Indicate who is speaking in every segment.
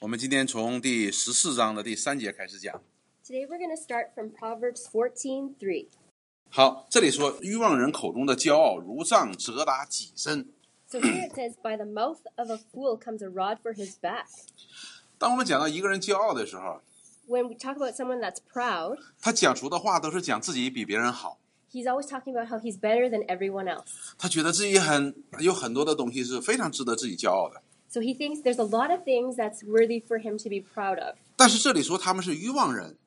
Speaker 1: 我们今天从第十四章的第三节开始讲。
Speaker 2: Today we're going to start from Proverbs 14:3.
Speaker 1: 好，这里说欲望人口中的骄傲如杖责打己身。
Speaker 2: So here it says, "By the mouth of a fool comes a rod for his back."
Speaker 1: 当我们讲到一个人骄傲的时候，
Speaker 2: When we talk about someone that's proud,
Speaker 1: 他讲出的话都是讲自己比别人好，
Speaker 2: he's always talking about how he's better than everyone else.
Speaker 1: 他觉得自己很有很多的东西是非常值得自己骄傲的。
Speaker 2: So he thinks there's a lot of things that's worthy for him to be proud of.
Speaker 1: 但是这里说他们是欲望人，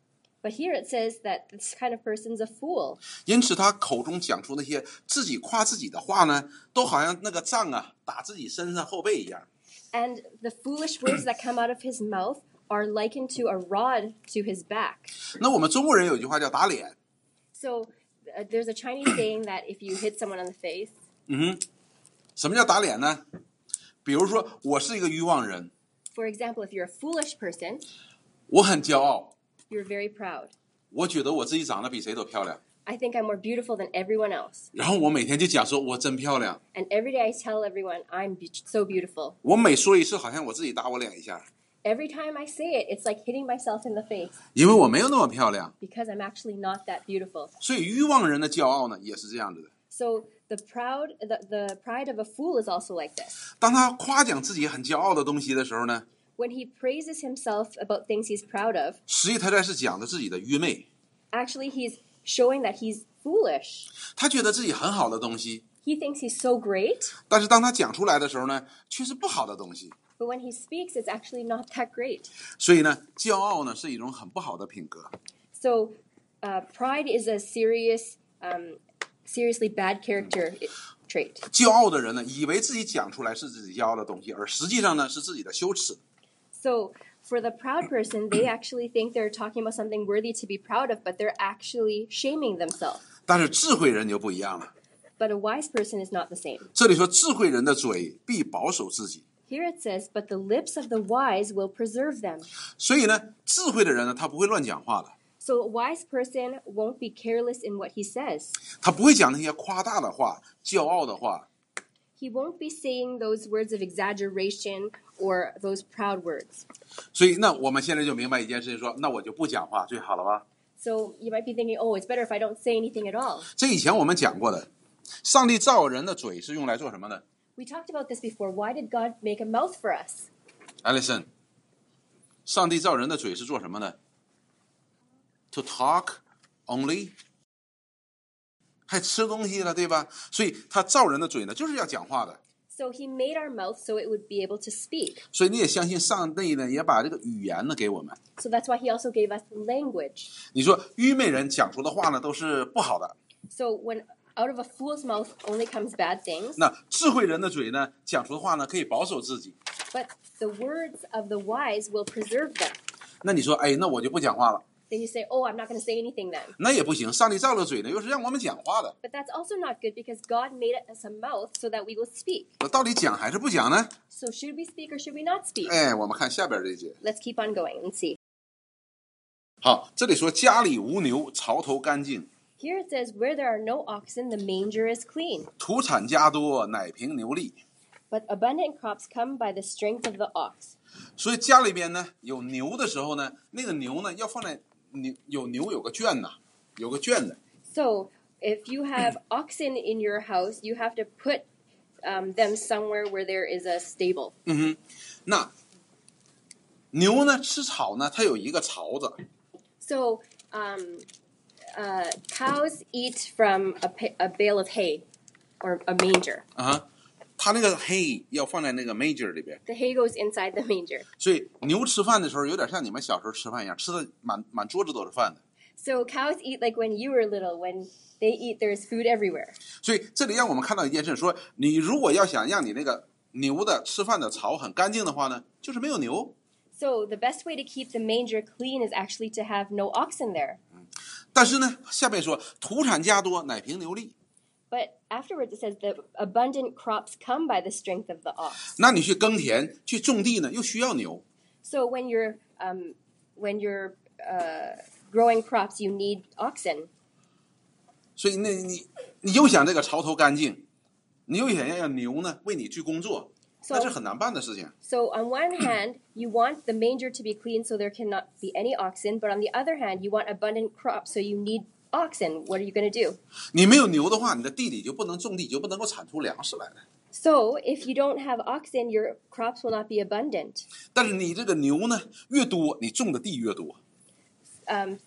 Speaker 2: But here it says that this kind of person's a fool.
Speaker 1: 因此他口中讲出那些自己夸自己的话呢，都好像那个杖啊打自己身上后背一样。
Speaker 2: And the foolish words that come out of his mouth are likened to a rod to his back.
Speaker 1: 那我们中国人有句话叫打脸，
Speaker 2: So uh, there's a Chinese saying that if you hit someone on the face,
Speaker 1: 嗯哼，什么叫打脸呢？比如说我是一个欲望人，
Speaker 2: for example, if you're a foolish person,
Speaker 1: 我很骄傲，
Speaker 2: you're very proud.
Speaker 1: 我觉得我自己长得比谁都漂亮，
Speaker 2: I think I'm more beautiful than everyone else.
Speaker 1: 然后我每天就讲说我真漂亮，
Speaker 2: And every day I tell everyone I'm be- so beautiful.
Speaker 1: 我每说一次好像我自己打我脸一下，
Speaker 2: Every time I say it, it's like hitting myself in the face
Speaker 1: 因为我没有那么漂亮。
Speaker 2: because I'm actually not that beautiful.
Speaker 1: 所以欲望人的骄傲呢，也是这样子的。
Speaker 2: So the proud, the, the pride of a fool is also like this.
Speaker 1: 当他夸奖自己很骄傲的东西的时候呢，
Speaker 2: When he praises himself about things he's proud of,
Speaker 1: 实际他在是讲的自己的愚昧。
Speaker 2: actually he's showing that he's foolish.
Speaker 1: 他觉得自己很好的东西，
Speaker 2: He thinks he's so great,
Speaker 1: 但是当他讲出来的时候呢，却是不好的东西。
Speaker 2: but when he speaks, it's actually not that great.
Speaker 1: 所以呢，骄傲呢是一种很不好的品格。
Speaker 2: So, uh, pride is a serious, um, seriously bad character i- trait.
Speaker 1: 骄傲的人呢，以为自己讲出来是自己骄傲的东西，而实际上呢是自己的羞耻。
Speaker 2: So, for the proud person, they actually think they're talking about something worthy to be proud of, but they're actually shaming themselves.
Speaker 1: 但是智慧人就不一样了。
Speaker 2: But a wise person is not the same.
Speaker 1: 这里说，智慧人的嘴必保守自己。
Speaker 2: Here it says, But the lips of the wise will preserve them.
Speaker 1: 所以呢，智慧的人呢，他不会乱讲话的，
Speaker 2: So, a wise person won't be careless in what he says.
Speaker 1: 他不会讲那些夸大的话、骄傲的话，
Speaker 2: He won't be saying those words of exaggeration or those proud words.
Speaker 1: 所以，那我们现在就明白一件事情说，那我就不讲话最好了吧？
Speaker 2: So, you might be thinking, Oh, it's better if I don't say anything at all.
Speaker 1: 这以前我们讲过的，上帝造人的嘴是用来做什么呢
Speaker 2: We talked about this before. Why did God make a mouth for us?
Speaker 1: ？Alison，上帝造人的嘴是做什么呢？To talk only，还吃东西了，对吧？所以他造人的嘴呢，就是要讲话的。
Speaker 2: So he made our mouth so it would be able to speak.
Speaker 1: 所以你也相信上帝呢，也把这个语言呢给我们。
Speaker 2: So that's why he also gave us language.
Speaker 1: 你说愚昧人讲出的话呢，都是不好的。
Speaker 2: So when out of a fool's mouth only comes bad things,
Speaker 1: 那智慧人的嘴呢，讲出的话呢，可以保守自己。
Speaker 2: but the words of the wise will preserve them.
Speaker 1: 那你说，哎，那我就不讲话了。
Speaker 2: Then you say, "Oh, I'm not going to say anything then."
Speaker 1: 那也不行，上帝造了嘴呢，又是让我们讲话的。
Speaker 2: But that's also not good because God made us a mouth so that we will speak.
Speaker 1: 那到底讲还是不讲呢？
Speaker 2: So should we speak or should we not speak?
Speaker 1: 哎，我们看下边这一节。
Speaker 2: Let's keep on going and see.
Speaker 1: 好，这里说家里无牛，槽头干净；
Speaker 2: Here it says, "Where there are no oxen, the manger is clean,
Speaker 1: 土产家多，奶凭牛力。
Speaker 2: but abundant crops come by the strength of the ox."
Speaker 1: 所以家里边呢有牛的时候呢，那个牛呢要放在牛有牛有个圈呐、有个圈的。
Speaker 2: So if you have oxen in your house, you have to put um, them somewhere where there is a stable.
Speaker 1: 那牛呢吃草呢，它有一个槽子，
Speaker 2: So um, uh, cows eat from a, pa- a bale of hay or a manger.
Speaker 1: 啊，它那个hay 要放在那个 major 里边。
Speaker 2: The hay goes inside the manger.
Speaker 1: 所以牛吃饭的时候，有点像你们小时候吃饭一样，吃的满满桌子都是饭的。
Speaker 2: So cows eat like when you were little. When they eat, there's food everywhere.
Speaker 1: 所以这里让我们看到一件事：说你如果要想让你那个牛的吃饭的槽很干净的话呢，就是没有牛。
Speaker 2: So the best way to keep the manger clean is actually to have no oxen there.
Speaker 1: 但是呢，下面说土产家多，奶凭牛力。
Speaker 2: But afterwards, it says the abundant crops come by the strength of the ox.
Speaker 1: 那你去耕田去种地呢，又需要牛。
Speaker 2: So when you're um, when you're uh, growing crops, you need oxen.
Speaker 1: 所以那你你又想这个槽头干净，你又想让牛呢为你去工作，
Speaker 2: So
Speaker 1: 那是很难办的事情。
Speaker 2: So on one hand, you want the manger to be clean so there cannot be any oxen, but on the other hand, you want abundant crops so you need oxen. What are you going to do?
Speaker 1: 你没有牛的话，你的地里就不能种地，就不能够产出粮食来的。
Speaker 2: So if you don't have oxen, your crops will not be abundant.
Speaker 1: 但是你这个牛呢，越多，你种的地越多，
Speaker 2: Um,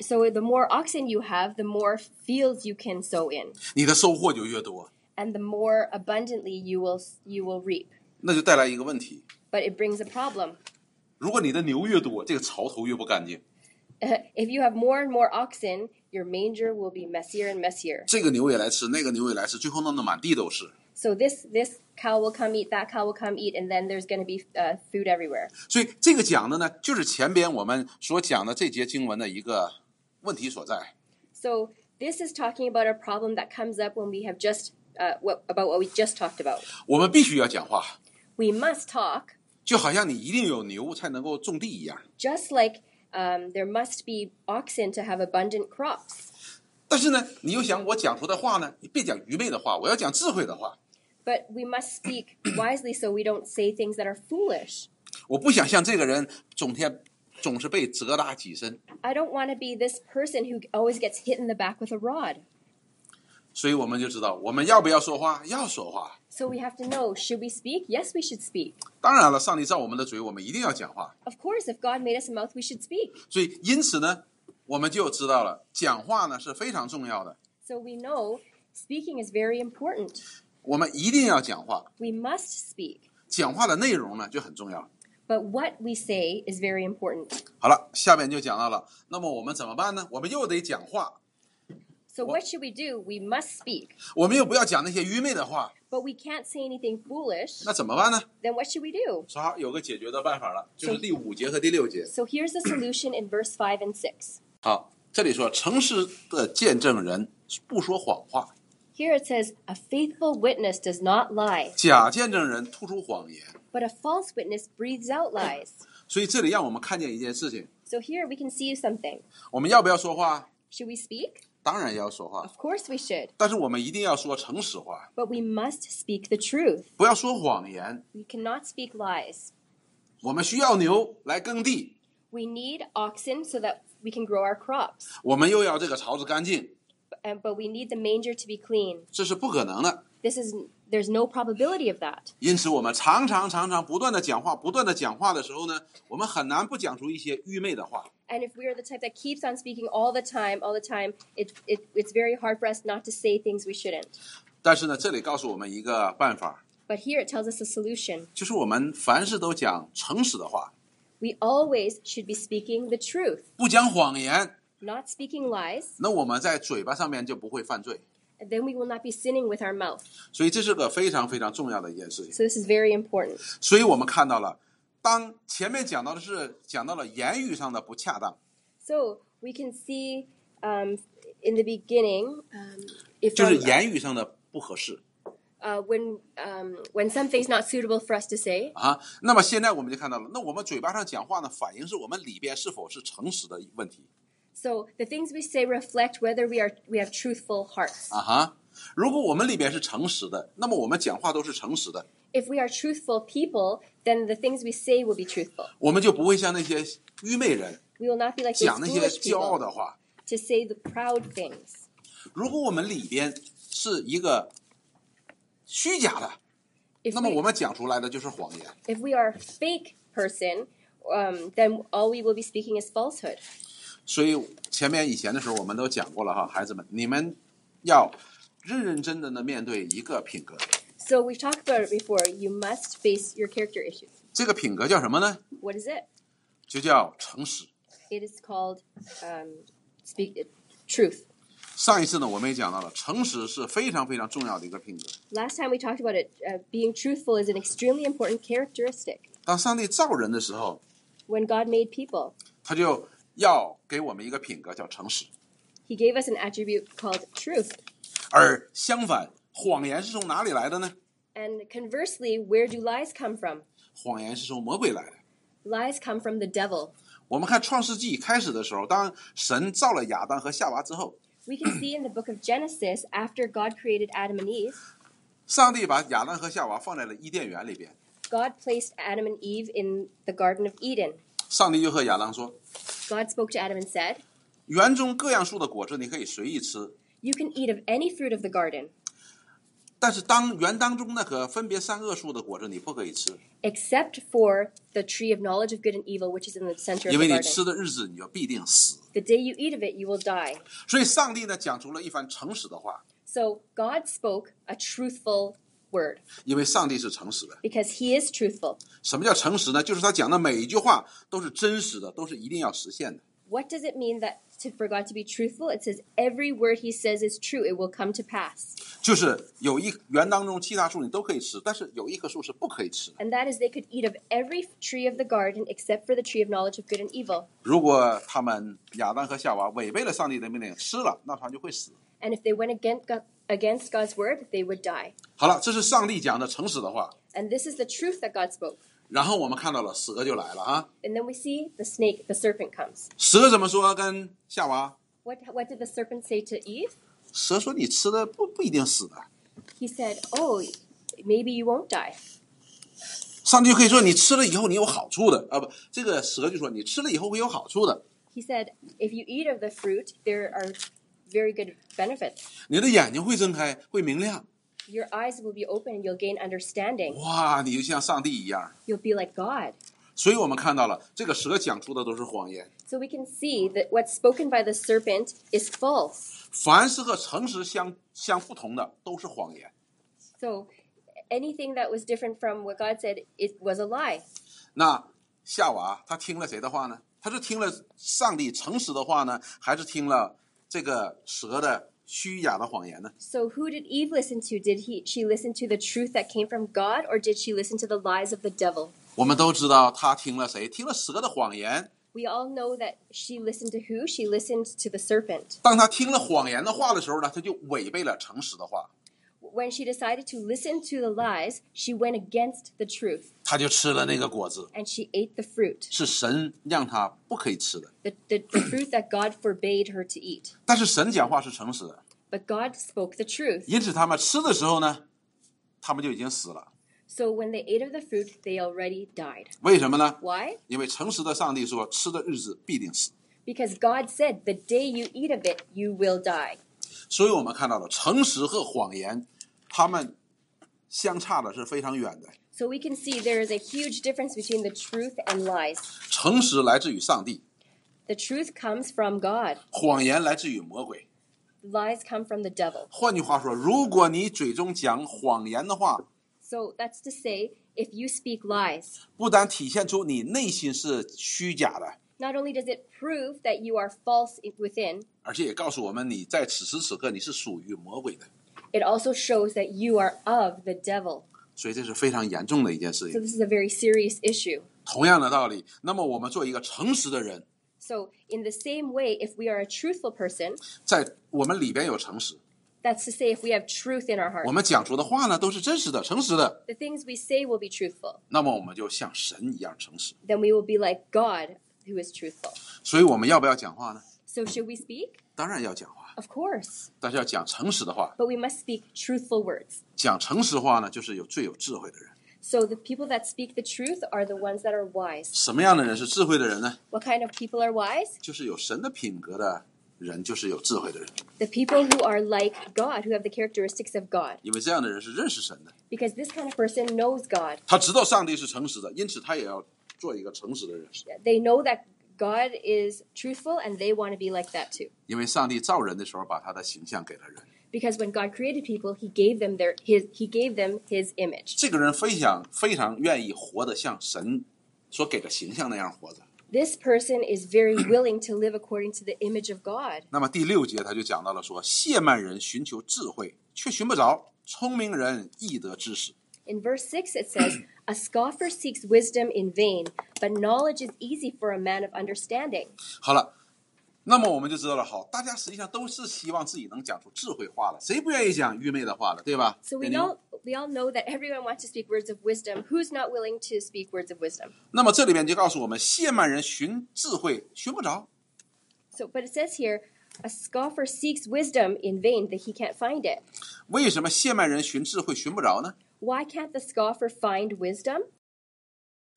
Speaker 2: so the more oxen you have, the more fields you can sow in,
Speaker 1: 你的收获就越多。
Speaker 2: and the more abundantly you will you will reap.
Speaker 1: 那就带来一个问题：
Speaker 2: But it brings a problem.
Speaker 1: 如果你的牛越多，这个槽头越不干净，
Speaker 2: if you have more and more oxen, your manger will be messier and messier.
Speaker 1: 这个牛也来吃，那个牛也来吃，最后弄得满地都是。
Speaker 2: So this this cow will come eat, that cow will come eat, and then there's going to be uh, food everywhere.
Speaker 1: 所以这个讲的呢，就是前边我们所讲的这节经文的一个问题所在。
Speaker 2: So this is talking about a problem that comes up when we have just uh, what, about what we just talked about.
Speaker 1: 我们必须要讲话，
Speaker 2: We must talk,
Speaker 1: 就好像你一定有牛才能够种地一样。
Speaker 2: just like um, there must be oxen to have abundant crops.
Speaker 1: 但是呢，你又想我讲出的话呢，你别讲愚昧的话，我要讲智慧的话。
Speaker 2: But we must speak wisely so we don't say things that are foolish.
Speaker 1: 我不想像这个人总天总是被责打几身，
Speaker 2: I don't want to be this person who always gets hit in the back with a rod.
Speaker 1: 所以我们就知道我们要不要说话，要说话。
Speaker 2: So we have to know should we speak? Yes, we should speak.
Speaker 1: 当然了，上帝造我们的嘴，我们一定要讲话。
Speaker 2: Of course, if God made us a mouth, we should speak.
Speaker 1: 所以因此呢，我们就知道了，讲话呢是非常重要的，
Speaker 2: So we know speaking is very important.
Speaker 1: 我们一定要讲话。
Speaker 2: We must speak,
Speaker 1: 讲话的内容呢就很重要。
Speaker 2: but what we say is very important.
Speaker 1: 好了，下面就讲到了，那么我们怎么办呢？我们又得讲话，
Speaker 2: So what should we do? We must speak,
Speaker 1: 我们又不要讲那些愚昧的话，
Speaker 2: but we can't say anything foolish.
Speaker 1: 那怎么办呢？
Speaker 2: Then what should we do?
Speaker 1: 正好有个解决的办法了，就是第五节和第六节。
Speaker 2: So here's the solution in verse 5 and 6.
Speaker 1: 好，这里说诚实的见证人不说谎话，
Speaker 2: Here it says, A faithful witness does not lie,
Speaker 1: 假见证人吐出谎言。
Speaker 2: but a false witness breathes out lies.
Speaker 1: 所以这里让我们看见一件事情：
Speaker 2: So here we can see something.
Speaker 1: 我们要不要说话？
Speaker 2: Should we speak?
Speaker 1: 当然要说话，
Speaker 2: Of course we should,
Speaker 1: 但是我们一定要说诚实话，
Speaker 2: but we must speak the truth.
Speaker 1: 不要说谎言。
Speaker 2: We cannot speak lies.
Speaker 1: 我们需要牛来耕地，
Speaker 2: We need oxen so that we can grow our crops.
Speaker 1: 我们又要这个槽子干净，
Speaker 2: um, but we need the manger to be clean.
Speaker 1: 这是不可能的。
Speaker 2: This is there's no probability of that.
Speaker 1: 因此，我们常常常常不断的讲话，不断的讲话的时候呢，我们很难不讲出一些愚昧的话。
Speaker 2: And if we are the type that keeps on speaking all the time, all the time, it, it it's very hard for us not to say things we shouldn't.
Speaker 1: 但是呢，这里告诉我们一个办法，
Speaker 2: But here it tells us a solution.
Speaker 1: 就是我们凡事都讲诚实的话，
Speaker 2: We always should be speaking the truth,
Speaker 1: 不讲谎言，
Speaker 2: not speaking lies,
Speaker 1: 那我们在嘴巴上面就不会犯罪。
Speaker 2: and then we will not be sinning with our mouth.
Speaker 1: 所以这是个非常非常重要的一件事情。
Speaker 2: So this is very important.
Speaker 1: 所以我们看到了，当前面讲到的是讲到了言语上的不恰当，
Speaker 2: So we can see um, in the beginning, um, if
Speaker 1: 就是言语上的不合适
Speaker 2: uh, when um, when something's not suitable for us to say,
Speaker 1: 啊。那么现在我们就看到了，那我们嘴巴上讲话呢，反映是我们里边是否是诚实的问题。
Speaker 2: So the things we say reflect whether we are we have truthful hearts.
Speaker 1: 啊哈，如果我们里边是诚实的，那么我们讲话都是诚实的，
Speaker 2: If we are truthful people, then the things we say will be truthful.
Speaker 1: 我们就不会像那些愚昧人
Speaker 2: We will not be like those
Speaker 1: 讲那些
Speaker 2: foolish
Speaker 1: 骄傲的
Speaker 2: people
Speaker 1: 话。
Speaker 2: to say the proud things.
Speaker 1: 如果我们里边是一个虚假的，
Speaker 2: If
Speaker 1: 那么我
Speaker 2: we,
Speaker 1: 们讲出来的就是谎言。
Speaker 2: if we are a fake person, um, then all we will be speaking is falsehood.
Speaker 1: 所以前面以前的时候我们都讲过了哈，孩子们，你们要认认真真的面对一个品格，
Speaker 2: So we've talked about it before. You must face your character issues.
Speaker 1: 这个品格叫什么呢？
Speaker 2: What is it?
Speaker 1: 就叫诚实。
Speaker 2: It is called um, speak truth.
Speaker 1: 上一次呢，我们也讲到了，诚实是非常非常重要的一个品格。
Speaker 2: Last time we talked about it, uh, being truthful is an extremely important characteristic.
Speaker 1: 当上帝造人的时候，
Speaker 2: when God made people.
Speaker 1: 他就要给我们一个品格叫诚实。
Speaker 2: He gave us an attribute called truth.
Speaker 1: 而相反，谎言是从哪里来的呢？
Speaker 2: And conversely, where do lies come from?
Speaker 1: 谎言是从魔鬼来的。
Speaker 2: Lies come from the devil.
Speaker 1: 我们看《创世纪》开始的时候，当神造了亚当和夏娃之后，
Speaker 2: We can see in the book of Genesis, after God created Adam and Eve,
Speaker 1: 上帝把亚当和夏娃放在了伊甸园里边，
Speaker 2: God placed Adam and Eve in the Garden of Eden.
Speaker 1: 上帝就和亚当说
Speaker 2: God spoke to Adam and said,：“
Speaker 1: 园中各样树的果子你可以随意吃，
Speaker 2: You can eat of any fruit of the garden,
Speaker 1: 但是当园当中那棵分别善恶树的果子你不可以吃，
Speaker 2: except for the tree of knowledge of good and evil, which is in the
Speaker 1: 因
Speaker 2: center of the
Speaker 1: 为你
Speaker 2: garden.
Speaker 1: 吃的日子你就必定死。
Speaker 2: The day you eat of it, you will die.
Speaker 1: 所以上帝呢讲出了一番诚实的话，
Speaker 2: So God spoke a truthful word
Speaker 1: 因为上帝是诚实的。
Speaker 2: because He is truthful.
Speaker 1: 什么叫诚实呢？就是他讲的每一句话都是真实的，都是一定要实现的。
Speaker 2: What does it mean that to, for God to be truthful? It says every word He says is true; it will come to pass.
Speaker 1: 就是有一园当中其他树你都可以吃，但是有一棵树是不可以吃的。
Speaker 2: And that is, they could eat of every tree of the garden except for the tree of knowledge of good and evil.
Speaker 1: 如果他们亚当和夏娃违背了上帝的命令吃了，那他就会死。
Speaker 2: And if they went against, God- against God's word, they would die.
Speaker 1: 好了，这是上帝讲的诚实的话。
Speaker 2: And this is the truth that God spoke.
Speaker 1: 然后我们看到了蛇就来了啊，
Speaker 2: And then we see the snake, the serpent comes.
Speaker 1: 蛇怎么说跟夏娃？
Speaker 2: What, what did the serpent say to Eve?
Speaker 1: 蛇说你吃的不不一定死的。
Speaker 2: He said, Oh, maybe you won't die.
Speaker 1: 上帝就可以说你吃了以后你有好处的啊，不，这个蛇就说你吃了以后会有好处的，
Speaker 2: He said, If you eat of the fruit, there are very good benefits.
Speaker 1: 你的眼睛会睁开，会明亮，
Speaker 2: Your eyes will be open and you'll gain understanding.
Speaker 1: 哇，你就像上帝一样。
Speaker 2: You'll be like God.
Speaker 1: 所以我们看到了这个蛇讲出的都是谎言。
Speaker 2: So we can see that what's spoken by the serpent is false.
Speaker 1: 凡是和诚实相相不同的都是谎言。
Speaker 2: So anything that was different from what God said it was a lie.
Speaker 1: 那夏娃她听了谁的话呢？她是听了上帝诚实的话呢，还是听了这个蛇的虚假的谎言呢？
Speaker 2: So who did Eve listen to? Did he she listen to the truth that came from God or did she listen to the lies of the devil?
Speaker 1: 我们都知道她听了谁？听了蛇的谎言。
Speaker 2: We all know that she listened to who? She listened to the serpent.
Speaker 1: 当她听了谎言的话的时候呢，她就违背了诚实的话，
Speaker 2: When she decided to listen to the lies, she went against the truth
Speaker 1: 她就吃了那个果子，
Speaker 2: and she ate the fruit,
Speaker 1: 是神让她不可以吃的。
Speaker 2: the, the, the fruit that God forbade her to eat.
Speaker 1: 但是神讲话是诚实的，
Speaker 2: But God spoke the truth.
Speaker 1: 因此他们吃的时候呢，他们就已经死了。
Speaker 2: So when they ate of the fruit, they already died.
Speaker 1: 为什么呢？
Speaker 2: Why?
Speaker 1: 因为诚实的上帝说，吃的日子必定死。
Speaker 2: Because God said, The day you eat of it, you will die.
Speaker 1: 所以我们看到了诚实和谎言，他们相差的是非常远的。
Speaker 2: So we can see there is a huge difference between the truth and lies.
Speaker 1: 诚实来自于上帝，
Speaker 2: The truth comes from God,
Speaker 1: 谎言来自于魔鬼。
Speaker 2: lies come from the devil.
Speaker 1: 换句话说，如果你嘴中讲谎言的话，
Speaker 2: So that's to say, if you speak lies,
Speaker 1: 不但体现出你内心是虚假的，
Speaker 2: not only does it prove that you are false i- within,
Speaker 1: 而且也告诉我们你在此时此刻你是属于魔鬼的。
Speaker 2: it also shows that you are of the devil.
Speaker 1: 所以这是非常严重的一件事
Speaker 2: So
Speaker 1: 情。
Speaker 2: this is a very serious issue.
Speaker 1: 同样的道理，那么我们做一个诚实的人，
Speaker 2: So in the same way, if we are a truthful person,
Speaker 1: 在我们里边有诚实，
Speaker 2: that's to say, if we have truth in our heart,
Speaker 1: 我们讲出的话呢都是真实的、诚实的，
Speaker 2: the things we say will be truthful.
Speaker 1: 那么我们就像神一样诚实。
Speaker 2: Then we will be like God, who is truthful.
Speaker 1: 所以我们要不要讲话呢？
Speaker 2: So should we speak?
Speaker 1: 当然要讲话，
Speaker 2: Of course.
Speaker 1: 但是要讲诚实的话。
Speaker 2: But we must speak truthful words.
Speaker 1: 讲诚实话呢，就是有最有智慧的人。
Speaker 2: So the people that speak the truth are the ones that are wise.
Speaker 1: 什么样的人是智慧的人呢？
Speaker 2: What kind of people are wise?
Speaker 1: 就是有神的品格的人，就是有智慧的人。
Speaker 2: The people who are like God, who have the characteristics of God.
Speaker 1: 因为这样的人是认识神的，
Speaker 2: Because this kind of person knows God.
Speaker 1: 他知道上帝是诚实的，因此他也要做一个诚实的人。
Speaker 2: They know that God is truthful and they want to be like that too.
Speaker 1: 因为上帝造人的时候，把他的形象给了人。
Speaker 2: Because when God created people, he gave them their his he gave them his image.
Speaker 1: 这个人非常非常愿意活得像神所给的形象那样活着。
Speaker 2: This person is very willing to live according to the image of God.
Speaker 1: 那么第六节他就讲到了说，亵慢人寻求智慧，却寻不着；聪明人易得知识。
Speaker 2: In verse 6, it says, A scoffer seeks wisdom in vain, but knowledge is easy for a man of understanding.
Speaker 1: 好了，那么我们就知道了。好，大家实际上都是希望自己能讲出智慧话了，谁不愿意讲愚昧的话了，对吧？
Speaker 2: So we
Speaker 1: 点零
Speaker 2: know we all know that everyone wants to speak words of wisdom. Who's not willing to speak words of wisdom?
Speaker 1: 那么这里边就告诉我们，亵慢人寻智慧寻不着，
Speaker 2: So but it says here, a scoffer seeks wisdom in vain that he can't find it.
Speaker 1: 为什么亵慢人寻智慧寻不着呢？
Speaker 2: Why can't the scoffer find wisdom?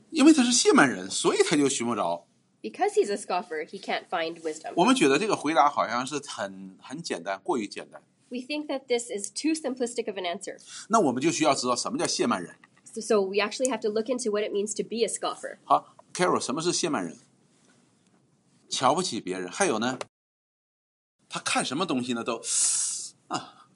Speaker 1: 因为他是谢曼人，所以他就寻不着。
Speaker 2: Because he's a scoffer, he can't find wisdom.
Speaker 1: 我们觉得这个回答好像是很很简单，过于简单。
Speaker 2: We think that this is too simplistic of an answer.
Speaker 1: 那我们就需要知道什么叫谢曼人。
Speaker 2: So, so we actually have to look into what it means to be a scoffer.
Speaker 1: 好，Carol，什么是谢曼人？瞧不起别人，还有呢，他看什么东西呢？都啊，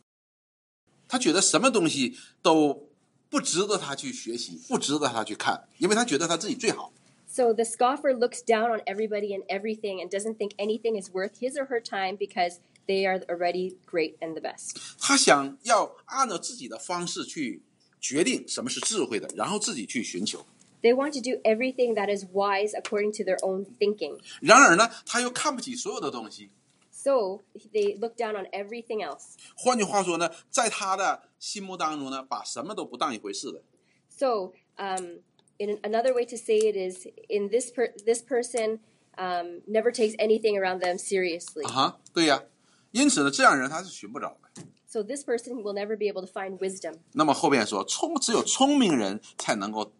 Speaker 1: 他觉得什么东西都不值得他去学习，不值得他去看，因为他觉得他自己最好。
Speaker 2: So the scoffer looks down on everybody and everything and doesn't think anything is worth his or her time because they are already great and the best.
Speaker 1: 他想要按照自己的方式去决定什么是智慧的，然后自己去寻求。
Speaker 2: They want to do everything that is wise according to their own thinking.
Speaker 1: 然而呢，他又看不起所有的东西。
Speaker 2: So they look down on everything else.
Speaker 1: 换句话说呢，在他的心目当中呢，把什么都不当一回事的。
Speaker 2: So, um, in another way to say it is, in this per- this person um, never takes anything around them seriously.
Speaker 1: 啊哈，对呀。因此呢，这样人他是寻不着的。
Speaker 2: So this person will never be able to find wisdom.
Speaker 1: 那么后边说，聪只有聪明人才能够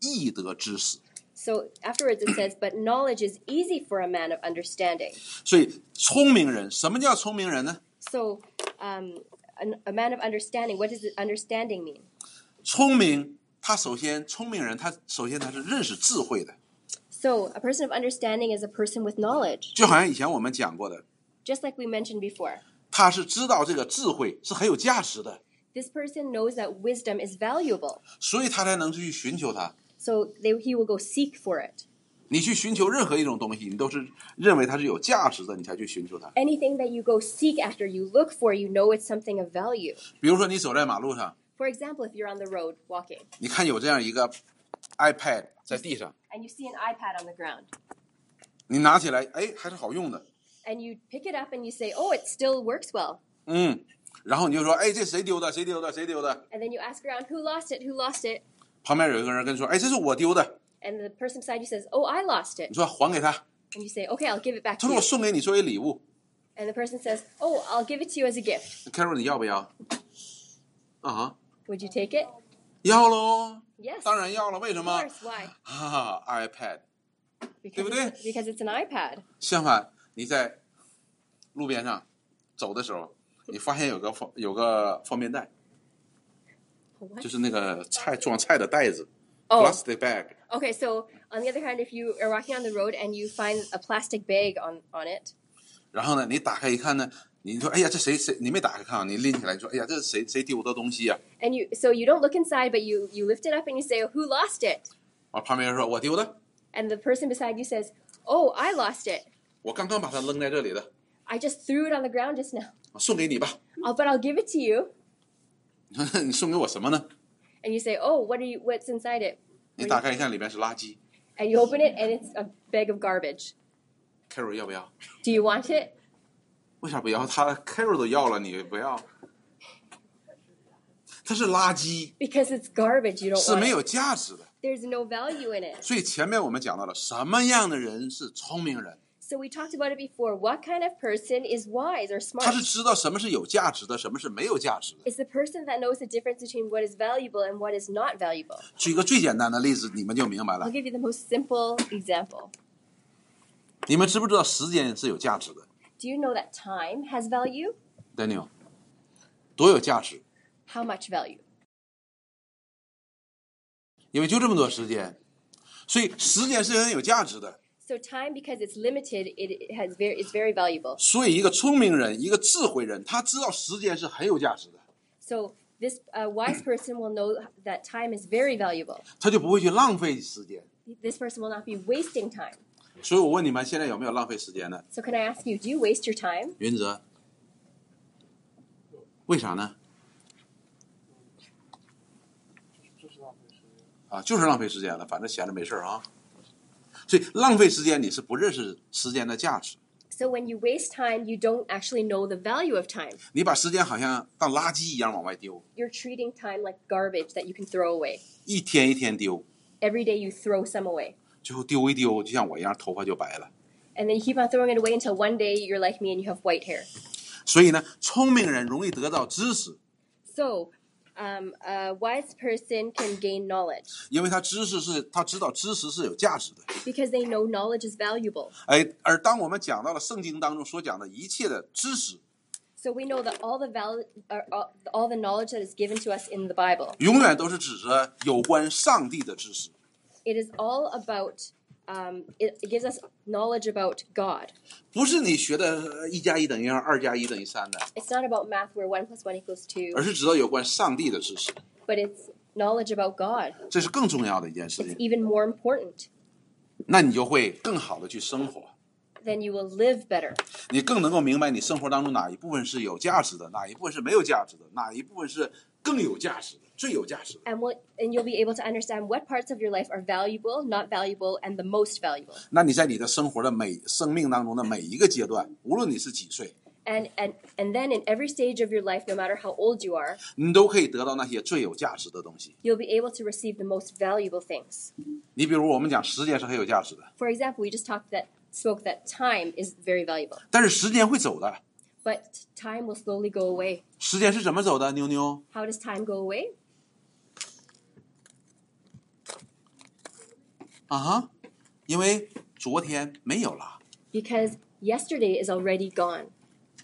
Speaker 1: 易得知识。
Speaker 2: So afterwards it says, but knowledge is easy for a man of understanding.
Speaker 1: 所以，聪明人，什么叫聪明人呢？
Speaker 2: So, um, an, a man of understanding. What does it- understanding mean?
Speaker 1: 聪明，他首先聪明人，他首先他是认识智慧的，
Speaker 2: So a person of understanding is a person with knowledge,
Speaker 1: 就好像以前我们讲过的，
Speaker 2: just like we mentioned before.
Speaker 1: 他是知道这个智慧是很有价值的，
Speaker 2: This person knows that wisdom is valuable,
Speaker 1: 所以他才能去寻求它。
Speaker 2: so they, he will go seek for it.
Speaker 1: 你去寻求任何一种东西，你都是认为它是有价值的，你才去寻求它。
Speaker 2: anything that you go seek after, you look for, you know it's something of value.
Speaker 1: 比如说，你走在马路上，
Speaker 2: For example, if you're on the road walking
Speaker 1: 你看有这样一个 iPad 在地上，
Speaker 2: and you see an iPad on the ground
Speaker 1: 你拿起来，哎，还是好用的，
Speaker 2: and you pick it up and you say, oh, it still works well.
Speaker 1: 嗯，然后你就说，哎，这谁丢的？谁丢的？谁丢的？
Speaker 2: And then you ask around, who lost it? Who lost it?
Speaker 1: 旁边有一个人跟你说，哎，这是我丢的，
Speaker 2: And the person beside you says, oh, I lost
Speaker 1: 你
Speaker 2: it.
Speaker 1: 说还给他，
Speaker 2: And you say, okay, I'll give it
Speaker 1: 他
Speaker 2: back to
Speaker 1: 说我
Speaker 2: you.
Speaker 1: 送给你作为礼物
Speaker 2: And the person says, oh, I'll give it to you as a gift.
Speaker 1: ，Carol 你要不要？啊，
Speaker 2: Would you take it?
Speaker 1: 要喽，
Speaker 2: Yes.
Speaker 1: 当然要了，为什
Speaker 2: Of
Speaker 1: 么？
Speaker 2: course. Why?
Speaker 1: 哈、哈 i p a d
Speaker 2: Because it's, because it's an iPad.
Speaker 1: 相反，你在路边上走的时候，你发现有个方有个方便袋，
Speaker 2: What?
Speaker 1: 就是那个菜装菜的袋子
Speaker 2: Oh,
Speaker 1: ，plastic bag。
Speaker 2: okay. So on the other hand, if you are walking on the road and you find a plastic bag on, on it,
Speaker 1: 然后呢，你打开一看呢，你说：“哎呀，这谁谁？”你没打开看啊，你拎起来你说：“哎呀，这是谁谁丢的东西呀、
Speaker 2: and you so you don't look inside but you you lift it up and you say who lost it
Speaker 1: 啊？”旁边人说：“我丢的，
Speaker 2: and the person beside you says oh i lost it
Speaker 1: 我刚刚把它扔在这里的，啊
Speaker 2: i just threw it on the ground just now
Speaker 1: 送给你吧。
Speaker 2: oh, but i'll give it to you ”
Speaker 1: 你说：“你送给我什么呢
Speaker 2: and you say oh what are you what's inside it？”
Speaker 1: 你打开一看，里面是垃圾。
Speaker 2: and you open it and it's a bag of garbage
Speaker 1: Carol 要不要？
Speaker 2: do you want it
Speaker 1: 为啥不要？他 Carol 都要了，你不要？它是垃圾，
Speaker 2: because it's garbage you don't
Speaker 1: 是
Speaker 2: want
Speaker 1: 没
Speaker 2: it.
Speaker 1: 有价值的。
Speaker 2: there's no value in it
Speaker 1: 所以前面我们讲到了什么样的人是聪明人，
Speaker 2: so we talked about it before what kind of person is wise or
Speaker 1: 他
Speaker 2: smart
Speaker 1: 是知道什么是有价值的，什么是没有价值的。
Speaker 2: is the person that knows the difference between what is valuable and what is not valuable
Speaker 1: 举个最简单的例子，你们就明白
Speaker 2: i'll
Speaker 1: 了。
Speaker 2: give you the most simple example
Speaker 1: 你们知不知道时间是有价值的
Speaker 2: do you know that time has value
Speaker 1: ，Daniel？多有价值，
Speaker 2: how much value.
Speaker 1: 因为就这么多时间，所以时间是很有价值的。
Speaker 2: So time, because it's limited, it it has very it's very valuable.
Speaker 1: 所以一个聪明人，一个智慧人，他知道时间是很有价值的，
Speaker 2: So this uh, wise person will know that time is very valuable.
Speaker 1: 他就不会去浪费时间。
Speaker 2: This person will not be wasting time.
Speaker 1: 所以我问你们，现在有没有浪费时间的？
Speaker 2: So can I ask you, do you waste your time?
Speaker 1: 云泽，为啥呢？
Speaker 3: 就是浪费时间。
Speaker 1: 啊，就是浪费时间了，反正闲着没事儿啊。所以浪费时间，你是不认识时间的价值，
Speaker 2: So when you waste time, you don't actually know the value of time.
Speaker 1: 你把时间好像当垃圾一样往外丢，
Speaker 2: You're treating time like garbage that you can throw away.
Speaker 1: 一天一天丢，
Speaker 2: Every day you throw some away.
Speaker 1: 最后丢一丢，就像我一样，头发就白了。
Speaker 2: And then you keep on throwing it away until one day you're like me and you have white hair.
Speaker 1: 所以呢，聪明人容易得到知识，
Speaker 2: So um, a wise person can gain knowledge
Speaker 1: 因为他知识是他知道知识是有价值的。
Speaker 2: because they know knowledge is valuable.
Speaker 1: 哎，而当我们讲到了圣经当中所讲的一切的知识，
Speaker 2: So we know that all the val- or all- all the knowledge that is given to us in the Bible,
Speaker 1: 永远都是指着有关上帝的知识。
Speaker 2: it is all about. Um, it, it gives us knowledge about God.
Speaker 1: 不是你学的呃一加一等于二，二加一等于三的，
Speaker 2: It's not about math where one plus one equals two,
Speaker 1: 而是指到有关上帝的知识，
Speaker 2: but it's knowledge about God.
Speaker 1: 这是更重要的一件事情。
Speaker 2: It's even more important.
Speaker 1: 那你就会更好的去生活，
Speaker 2: Then you will live better.
Speaker 1: 你更能够明白你生活当中哪一部分是有价值的，哪一部分是没有价值的，哪一部分是更有价值的、最有价值的。
Speaker 2: and will and you'll be able to understand what parts of your life are valuable, not valuable, and the most valuable.
Speaker 1: 那你在你的生活的每生命当中的每一个阶段，无论你是几岁，
Speaker 2: And and and then in every stage of your life, no matter how old you are,
Speaker 1: 你都可以得到那些最有价值的东西。
Speaker 2: you'll be able to receive the most valuable things.
Speaker 1: 你比如我们讲时间是很有价值的，
Speaker 2: For example, we just talked that spoke that time is very valuable,
Speaker 1: 但是时间会走的，
Speaker 2: but time will slowly go away.
Speaker 1: 时间是怎么走的？妞妞，
Speaker 2: How does time go away?
Speaker 1: 啊哈，因为昨天没有了，
Speaker 2: Because yesterday is already gone.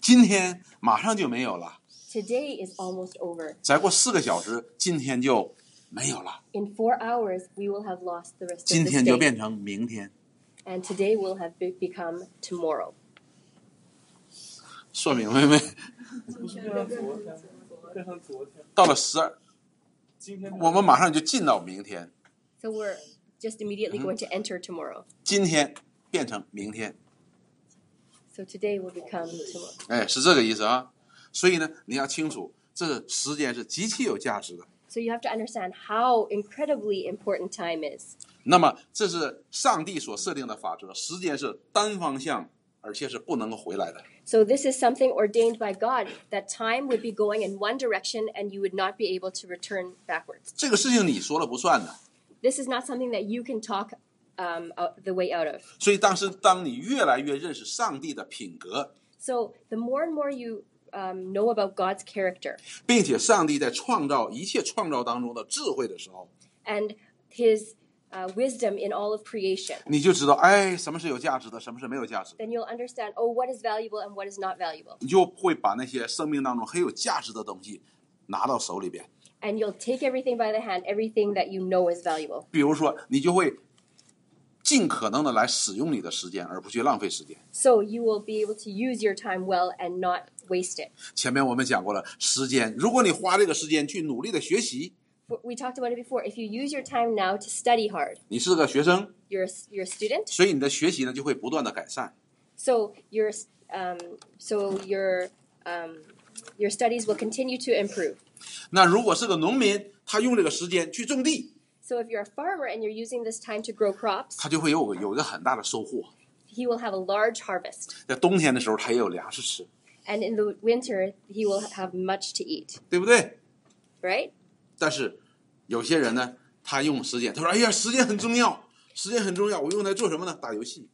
Speaker 1: 今天马上就没有了，
Speaker 2: Today is almost over.
Speaker 1: 再过四个小时，今天就没有了，
Speaker 2: In four hours, we will have lost the rest
Speaker 1: 今
Speaker 2: of this
Speaker 1: 天就
Speaker 2: day,
Speaker 1: 变成明天。
Speaker 2: and today will have be- become tomorrow.
Speaker 1: 说明白没？
Speaker 3: 不是变成昨天，变成昨天，
Speaker 1: 到了十二，
Speaker 3: 今天
Speaker 1: 我们马上就进到明天，
Speaker 2: So we're just immediately going to enter tomorrow.
Speaker 1: 今天变成明天，
Speaker 2: So today will become tomorrow.
Speaker 1: 哎，是这个意思啊。所以呢，你要清楚，这时间是极其有价值的。
Speaker 2: So you have to understand how incredibly important time is.
Speaker 1: 那么，这是上帝所设定的法则，时间是单方向，而且是不能够回来的。
Speaker 2: So this is something ordained by God that time would be going in one direction and you would not be able to return backwards.
Speaker 1: 这个事情你说了不算的。
Speaker 2: This is not something that you can talk um, out, the way out of.
Speaker 1: 所以，当时当你越来越认识上帝的品格，
Speaker 2: So the more and more you um, know about God's character
Speaker 1: 并且上帝在创造一切创造当中的智慧的时候，
Speaker 2: and His uh, wisdom in all of creation,
Speaker 1: 你就知道，哎，什么是有价值的，什么是没有价值的，
Speaker 2: then you'll understand oh what is valuable and what is not valuable,
Speaker 1: 你就会把那些生命当中很有价值的东西拿到手里边。
Speaker 2: and you'll take everything by the hand, everything that you know is valuable.
Speaker 1: 比如说，你就会尽可能的来使用你的时间，而不去浪费时间。
Speaker 2: So you will be able to use your time well and not waste it.
Speaker 1: 前面我们讲过了，时间，如果你花这个时间去努力的学习，
Speaker 2: But We talked about it before. If you use your time now to study hard,
Speaker 1: 你是个学生，
Speaker 2: you're a, you're a student,
Speaker 1: 所以你的学习呢就会不断的改善。
Speaker 2: so your um, so your um, your studies will continue to improve.
Speaker 1: 那如果是个农民，他用这个时间去种地，
Speaker 2: So if you're a farmer and you're using this time to grow crops,
Speaker 1: 他就会有个有一个很大的收获。
Speaker 2: he will have a large harvest,
Speaker 1: 在冬天的时候，他也有粮食吃，
Speaker 2: and in the winter he will have much to eat.
Speaker 1: 对不对？
Speaker 2: Right?
Speaker 1: 但是有些人呢，他用时间，他说：“哎呀，时间很重要，时间很重要，我用来做什么呢？打游戏。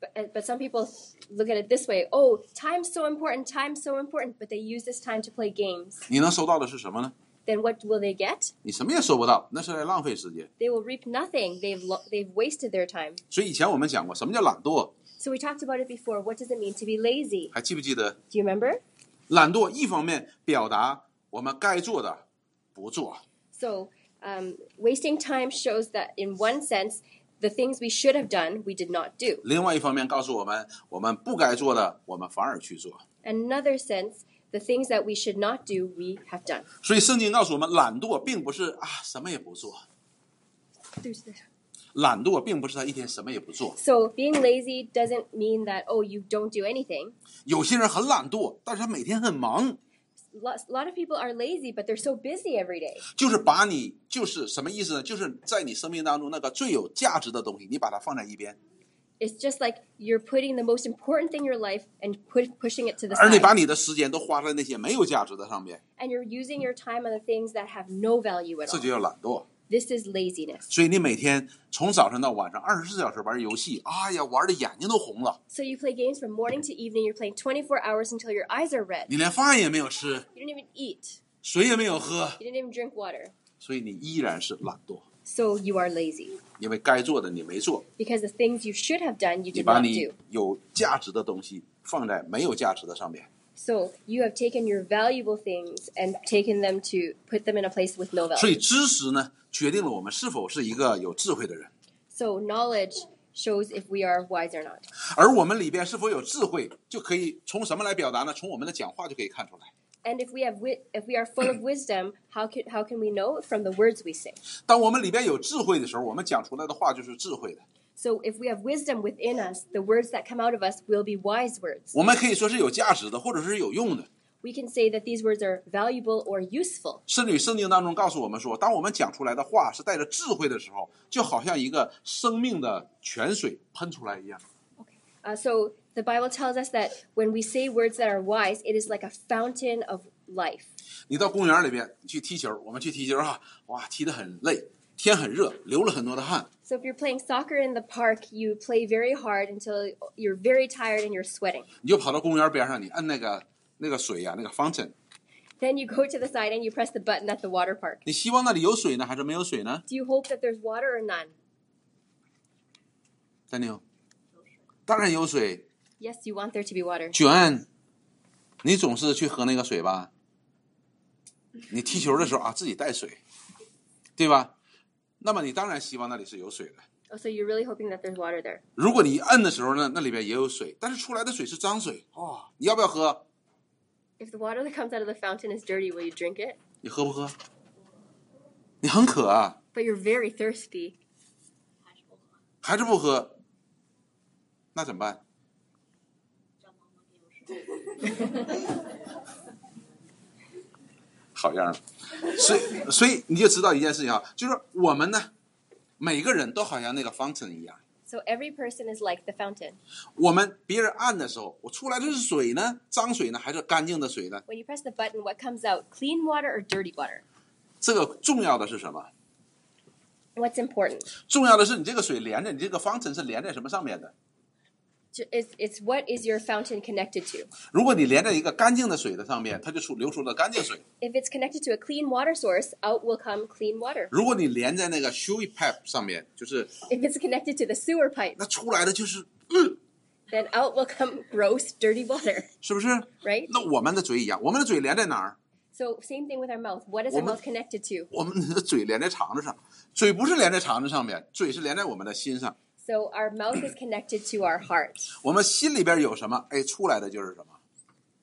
Speaker 2: But, uh, but some people look at it this way: Oh, time's so important, time's so important. But they use this time to play games. ”
Speaker 1: 你能收到的是什么呢？
Speaker 2: Then what will they get?
Speaker 1: 你什么也收不到，那是在浪费时间。
Speaker 2: they will reap nothing. They've lo- they've wasted their time.
Speaker 1: 所以以前我们讲过，什么叫懒惰？
Speaker 2: So we talked about it before. What does it mean to be lazy?
Speaker 1: 还记不记得？
Speaker 2: Do you remember?
Speaker 1: 懒惰一方面表达我们该做的不做，
Speaker 2: So um, wasting time shows that in one sense, the things we should have done we did not do.
Speaker 1: 另外一方面告诉我们我们不该做的我们反而去做。
Speaker 2: Another sense, the things that we should not do we have done.
Speaker 1: 所以圣经告诉我们，懒惰并不是啊什么也不做，懒惰并不是他一天什么也不做。
Speaker 2: So being lazy doesn't mean that oh you don't do anything.
Speaker 1: 有些人很懒惰，但是他每天很忙，
Speaker 2: A lot of people are lazy, but they're so busy every day.
Speaker 1: 就是把你就是什么意思呢？就是在你生命当中那个最有价值的东西，你把它放在一边，
Speaker 2: It's just like you're putting the most important thing in your life and put, pushing it to the
Speaker 1: 而你
Speaker 2: side.
Speaker 1: 把你的时间都花在那些没有价值的上面，
Speaker 2: and you're using your time on the things that have no value at
Speaker 1: 这
Speaker 2: all.
Speaker 1: 就叫懒惰。
Speaker 2: This is laziness.
Speaker 1: 所以你每天从早上到晚上二十四小时玩游戏，哎呀，玩的眼睛都红了，
Speaker 2: So you play games from morning to evening. You're playing 24 hours until your eyes are red.
Speaker 1: 你连饭也没有吃，
Speaker 2: You don't even eat.
Speaker 1: 水也没有喝，
Speaker 2: You didn't even drink water.
Speaker 1: 所以你依然是懒惰，
Speaker 2: So you are lazy.
Speaker 1: 因为该做的你没做，
Speaker 2: Because the things you should have done, you
Speaker 1: 你
Speaker 2: did
Speaker 1: 把
Speaker 2: not
Speaker 1: 你
Speaker 2: do.
Speaker 1: 有价值的东西放在没有价值的上面，
Speaker 2: So you have taken your valuable things and taken them to put them in a place with no
Speaker 1: 所
Speaker 2: value.
Speaker 1: 以知识呢，决定了我们是否是一个有智慧的人，
Speaker 2: So knowledge shows if we are wise or not.
Speaker 1: 而我们里边是否有智慧，就可以从什么来表达呢？从我们的讲话就可以看出来。
Speaker 2: And if we have wit- if we are full of wisdom, how can how can we know from the words we say?
Speaker 1: 当我们里边有智慧的时候，我们讲出来的话就是智慧的。
Speaker 2: So if we have wisdom within us, the words that come out of us will be wise words.
Speaker 1: 我们可以说是有价值的，或者是有用的。
Speaker 2: We can say that these words are valuable or useful.
Speaker 1: 甚至于圣经当中告诉我们说，当我们讲出来的话是带着智慧的时候，就好像一个生命的泉水喷出来一样。
Speaker 2: Uh, so the Bible tells us that when we say words that are wise, it is like a fountain of life.
Speaker 1: 你到公园里边，你去踢球，我们去踢球哈、哇，踢得很累，天很热，流了很多的汗。
Speaker 2: So if you're playing soccer in the park, you play very hard until you're very tired and you're sweating.
Speaker 1: 你就跑到公园边上，你摁那个那个水呀、那个方针，
Speaker 2: Then you go to the side and you press the button at the water park.
Speaker 1: 你希望那里有水呢，还是没有水呢
Speaker 2: Do you hope that there's water or none?
Speaker 1: ？Daniel，当然有水，
Speaker 2: Yes, you want there to be water.
Speaker 1: 卷，你总是去喝那个水吧？你踢球的时候啊，自己带水，对吧？那么你当然希望那里是有水的。
Speaker 2: Oh, so you're really hoping that there's water there.
Speaker 1: 如果你摁的时候呢，那里边也有水，但是出来的水是脏水哦，你要不要喝？
Speaker 2: If the water that comes out of the fountain is dirty, will you drink it?
Speaker 1: 你喝不喝？你很渴啊，
Speaker 2: But you're very thirsty.
Speaker 1: 还是不喝？那怎么办？好样的！所以，所以你就知道一件事情啊，就是我们呢，每个人都好像那个 fountain 一样，
Speaker 2: So every person is like the fountain.
Speaker 1: 我们别人按的时候，我出来的是水呢，脏水呢，还是干净的水呢？
Speaker 2: When you press the button, what comes out? Clean water or dirty water?
Speaker 1: 这个重要的是什么？
Speaker 2: What's important?
Speaker 1: 重要的是，你这个水连着，你这个方程是连在什么上面的？
Speaker 2: Ju- It's, it's what is your fountain connected to?
Speaker 1: 如果你连在一个干净的水的上面，它就出流出了干净水；
Speaker 2: If it's connected to a clean water source, out will come clean water.
Speaker 1: 如果你连在那个 s h u i pipe 上面，就是
Speaker 2: If it's connected to the sewer pipe,
Speaker 1: 那出来的就是，嗯，
Speaker 2: then out will come gross, dirty water,
Speaker 1: 是不是？
Speaker 2: right?
Speaker 1: 那我们的嘴一样，我们的嘴连在哪儿？
Speaker 2: So, same thing with our mouth. What is our
Speaker 1: Woman-
Speaker 2: mouth connected to?
Speaker 1: 我们的嘴连在肠子上，嘴不是连在肠子上面，嘴是连在我们的心上。
Speaker 2: So, our mouth is connected to our heart.
Speaker 1: 我们心里边有什么，哎，出来的就是什么。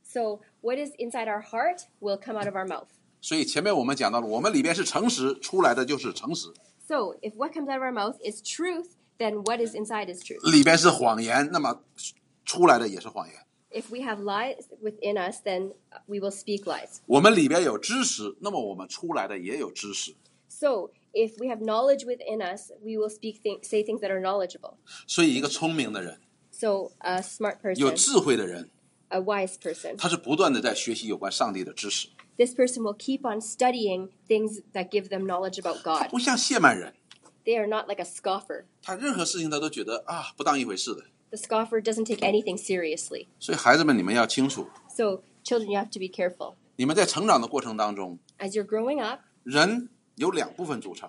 Speaker 2: So, what is inside our heart will come out of our mouth.
Speaker 1: 所以前面我们讲到了，我们里边是诚实，出来的就是诚实；
Speaker 2: So, if what comes out of our mouth is truth, then what is inside is truth.
Speaker 1: 里边是谎言，那么出来的也是谎言。
Speaker 2: If we have lies within us, then we will speak lies.
Speaker 1: 我们里边有知识，那么我们出来的也有知识。
Speaker 2: So, if we have knowledge within us, we will speak th- say things that are knowledgeable.
Speaker 1: 所以，一个聪明的人、
Speaker 2: So, a smart
Speaker 1: 有
Speaker 2: person,
Speaker 1: 智慧的人，
Speaker 2: a wise person,
Speaker 1: 他是不断的在学习有关上帝的知识，
Speaker 2: this person will keep on studying things that give them knowledge about
Speaker 1: 他
Speaker 2: God.
Speaker 1: 不像谢曼人，
Speaker 2: They are not like a scoffer.
Speaker 1: 他任何事情他都觉得啊不当一回事的。
Speaker 2: The scoffer doesn't take anything seriously.
Speaker 1: 所以，孩子们，你们要清楚，
Speaker 2: So, children, you have to be careful.
Speaker 1: 你们在成长的过程当中，
Speaker 2: As you're growing up,
Speaker 1: 人有两部分组成，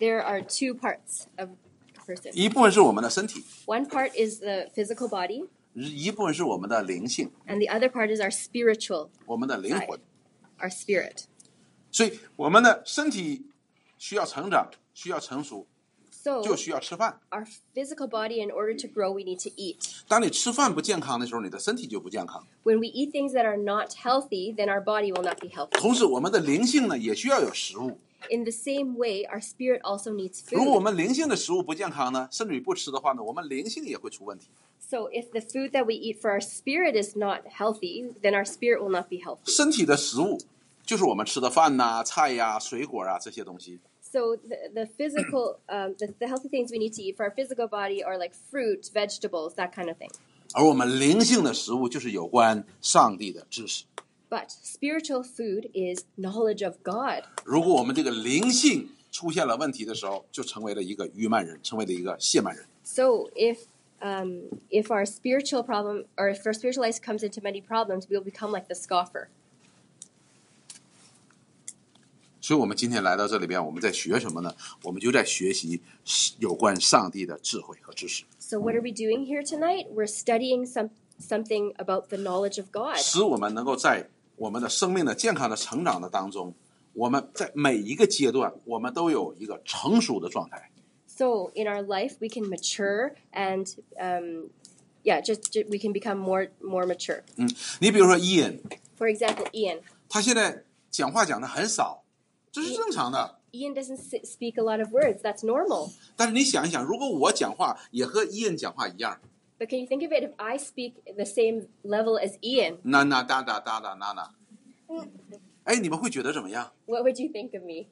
Speaker 2: there are two parts of a person.
Speaker 1: 一部分是我们的身体，
Speaker 2: One part is the physical body,
Speaker 1: 一部分是我们的灵性，
Speaker 2: and the other part is our spiritual,
Speaker 1: 我们的灵魂。
Speaker 2: our spirit.
Speaker 1: 所以，我们的身体需要成长，需要成熟，就
Speaker 2: So,
Speaker 1: 需要吃饭。
Speaker 2: our physical body, in order to grow, we need to eat.
Speaker 1: 当你吃饭不健康的时候，你的身体就不健康。
Speaker 2: When we eat things that are not healthy, then our body will not be healthy.
Speaker 1: 同时，我们的灵性呢也需要有食物。
Speaker 2: In the same way, our spirit also needs
Speaker 1: 如果我
Speaker 2: food.
Speaker 1: 们灵性的食物不健康呢，甚至于不吃的话呢，我们灵性也会出问题。
Speaker 2: So, if the food that we eat for our spirit is not healthy, then our spirit will not be healthy.
Speaker 1: 身体的食物就是我们吃的饭呐、菜呀、水果啊这些东西。
Speaker 2: So the, the physical, um, the, the healthy things we need to eat for our physical body are like fruit, vegetables, that kind of thing.
Speaker 1: 而我们灵性的食物就是有关上帝的知识。
Speaker 2: But spiritual food is knowledge of God.
Speaker 1: 如果我们这个灵性出现了问题的时候，就成为了一个愚曼人，成为了一个谢曼人。
Speaker 2: So if um, if our spiritual problem or if our spiritual life comes into many problems, we'll become like the scoffer.
Speaker 1: 所以，我们今天来到这里边，我们在学什么呢？我们就在学习有关上帝的智慧和知识，
Speaker 2: So, what are we doing here tonight? We're studying some, something about the knowledge of God
Speaker 1: 使我们能够在我们的生命的健康的成长的当中，我们在每一个阶段，我们都有一个成熟的状态。
Speaker 2: so in our life we can mature and um, yeah just, ju- we can become more more mature
Speaker 1: 嗯，你比如说伊恩，
Speaker 2: for example ian
Speaker 1: 他现在讲话讲的很少，这是正常的。
Speaker 2: ian doesn't s- speak a lot of words that's normal
Speaker 1: 但是你想一想，如果我讲话也和伊恩讲话一样，
Speaker 2: but can you think of it if i speak the same level as ian
Speaker 1: 呐呐哒哒哒哒呐呐，哎，你们会觉得怎么样？
Speaker 2: what would you think of me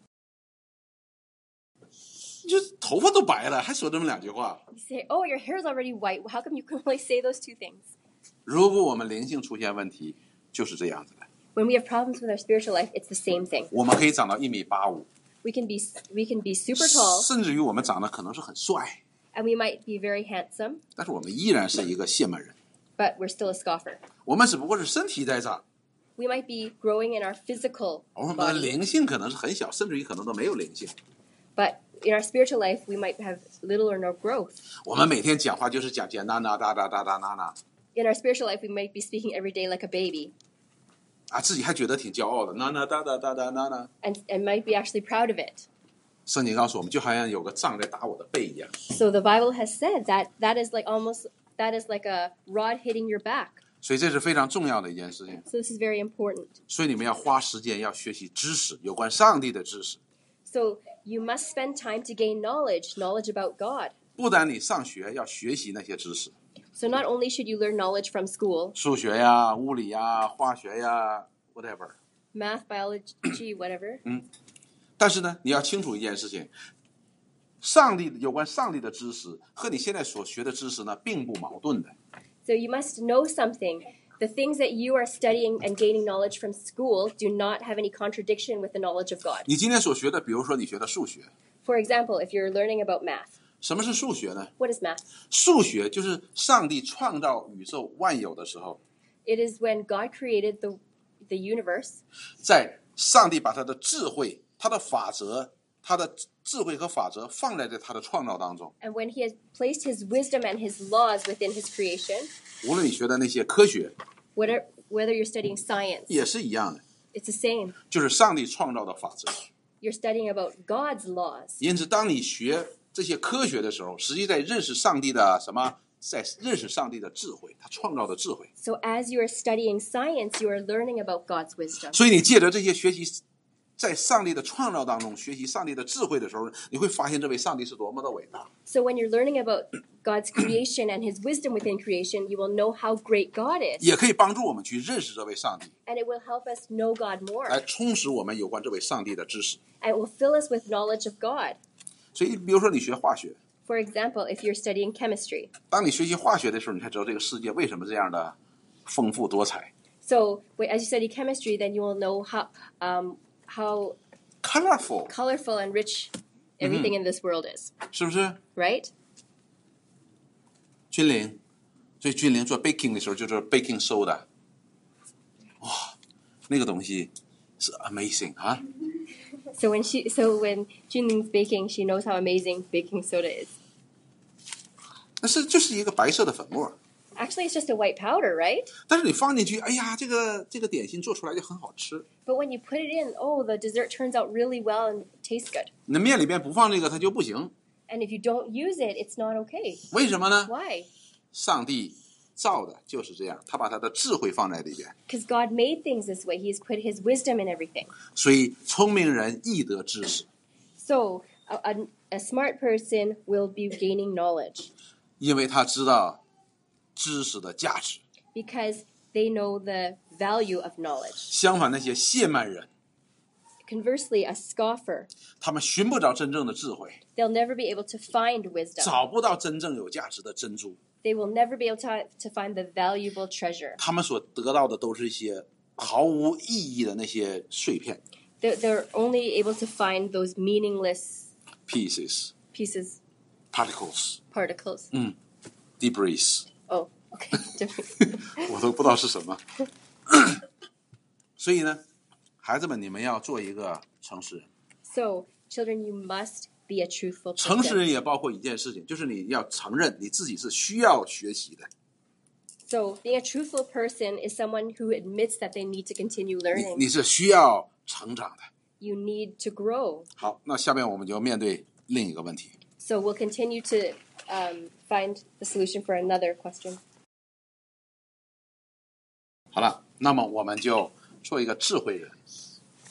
Speaker 1: 就是头发都白了，还说这么两句话。
Speaker 2: you say oh your hair's already white how come you can only say those two things
Speaker 1: 如果我们灵性出现问题，就是这样子的。
Speaker 2: when we have problems with our spiritual life it's the same thing
Speaker 1: 我们可以长到一米八五，
Speaker 2: we can be s- we can be super tall
Speaker 1: 甚至于我们长得可能是很帅，
Speaker 2: and we might be very handsome
Speaker 1: 但是我们依然是一个谢门人。
Speaker 2: but we're still a scoffer
Speaker 1: 我们只不过是身体在长，
Speaker 2: we might be growing in our physical
Speaker 1: 而我们的
Speaker 2: body
Speaker 1: 灵性可能是很小，甚至于可能都没有灵性。
Speaker 2: But in our spiritual life, we might have little or no growth.
Speaker 1: 我们每天讲话就是讲简单呐哒哒哒哒呐呐，
Speaker 2: In our spiritual life, we might be speaking every day like a baby
Speaker 1: 啊，自己还觉得挺骄傲的，呐呐哒哒哒哒呐呐。
Speaker 2: and, and might be actually proud of it.
Speaker 1: 圣经告诉我们，就好像有个杖在打我的背一样。
Speaker 2: So the Bible has said that that is like almost that is like a rod hitting your back.
Speaker 1: 所以这是非常重要的一件事情。
Speaker 2: So this is very important.
Speaker 1: 所以你们要花时间要学习知识，有关上帝的知识。
Speaker 2: So you must spend time to gain knowledge, knowledge about God.
Speaker 1: 不单你上学要学习那些知识，
Speaker 2: So not only should you learn knowledge from school,
Speaker 1: 数学呀、物理呀、化学呀，whatever。
Speaker 2: math, biology, whatever,
Speaker 1: 但是呢，你要清楚一件事情：上帝有关上帝的知识和你现在所学的知识呢，并不矛盾的。
Speaker 2: So you must know something. The things that you are studying and gaining knowledge from school do not have any contradiction with the knowledge of God.
Speaker 1: 你今天所学的，比如说你学的数学，
Speaker 2: For example, if you're learning about math,
Speaker 1: 什么是数学呢？
Speaker 2: what is math?
Speaker 1: 数学就是上帝创造宇宙万有的时候，
Speaker 2: It is when God created the the universe
Speaker 1: 在上帝把他的智慧、他的法则、他的智慧和法则放在这他的创造当中。
Speaker 2: and when he has placed his wisdom and his laws within his creation,
Speaker 1: 无论你学的那些科学
Speaker 2: whether whether you're studying science,
Speaker 1: 也是一样的，
Speaker 2: it's the same.
Speaker 1: 就是上帝创造的法则。
Speaker 2: You're studying about God's laws.
Speaker 1: 因此，当你学这些科学的时候，实际在认识上帝的什么，在认识上帝的智慧，他创造的智慧。
Speaker 2: So as you are studying science, you are learning about God's wisdom.
Speaker 1: 所以，你借着这些学习，在上帝的创造当中学习上帝的智慧的时候，你会发现这位上帝是多么的伟大。
Speaker 2: So when you're learning about God's creation and his wisdom within creation, you will know how great God is.
Speaker 1: 也可以帮助我们去认识这位上帝，
Speaker 2: And it will help us know God more.
Speaker 1: 来充实我们有关这位上帝的知识。
Speaker 2: And it will fill us with knowledge of God.
Speaker 1: 所以，比如说你学化学，
Speaker 2: For example, if you're studying chemistry.
Speaker 1: 当你学习化学的时候，你才知道这个世界为什么这样的丰富多彩。
Speaker 2: So wh- as you study chemistry, then you will know how um, how
Speaker 1: Colorful，
Speaker 2: colorful and rich everything in this world is,
Speaker 1: 是不是？
Speaker 2: right?
Speaker 1: 君临，所以君临做 baking 的时候就是 baking soda，哇，那个东西是 amazing 啊！
Speaker 2: So when she so when Junling's baking, she knows how amazing baking soda is.
Speaker 1: 那是就是一个白色的粉末，
Speaker 2: Actually, it's just a white powder, right?
Speaker 1: 但是你放进去，哎呀，这个这个点心做出来就很好吃。
Speaker 2: But when you put it in, oh, the dessert turns out really well and tastes good.
Speaker 1: 你面里边不放这个，它就不行。
Speaker 2: And if you don't use it, it's not okay.
Speaker 1: 为什么呢？
Speaker 2: Why?
Speaker 1: 上帝造的就是这样，他把他的智慧放在里边，
Speaker 2: Because God made things this way. He's put His wisdom in everything.
Speaker 1: 所以聪明人易得知识。
Speaker 2: So a, a, a smart person will be gaining knowledge
Speaker 1: 因为他知道知识的价值。
Speaker 2: because they know the value of knowledge.
Speaker 1: 相反，那些亵慢人，
Speaker 2: Conversely, a scoffer,
Speaker 1: 他们寻不着真正的智慧，
Speaker 2: they'll never be able to find wisdom.
Speaker 1: 找不到真正有价值的珍珠，
Speaker 2: They will never be able to, to find the valuable treasure.
Speaker 1: 他们所得到的都是一些毫无意义的那些碎片
Speaker 2: They're, they're only able to find those meaningless
Speaker 1: （pieces,
Speaker 2: pieces,
Speaker 1: particles,
Speaker 2: particles.
Speaker 1: debris），
Speaker 2: Oh, okay. different.
Speaker 1: 我都不知道是什么。所以呢，孩子们，你们要做一个诚实人。
Speaker 2: So, children, you must be a truthful
Speaker 1: 诚实
Speaker 2: person.
Speaker 1: 人也包括一件事情，就是你要承认你自己是需要学习的。
Speaker 2: So, being a truthful person is someone who admits that they need to
Speaker 1: 你
Speaker 2: continue learning.
Speaker 1: 你是需要成长的。
Speaker 2: You need to grow.
Speaker 1: 好，那下面我们就面对另一个问题：
Speaker 2: So, we'll continue to um, find the solution for another question.
Speaker 1: 好了，那么我们就做一个智慧人，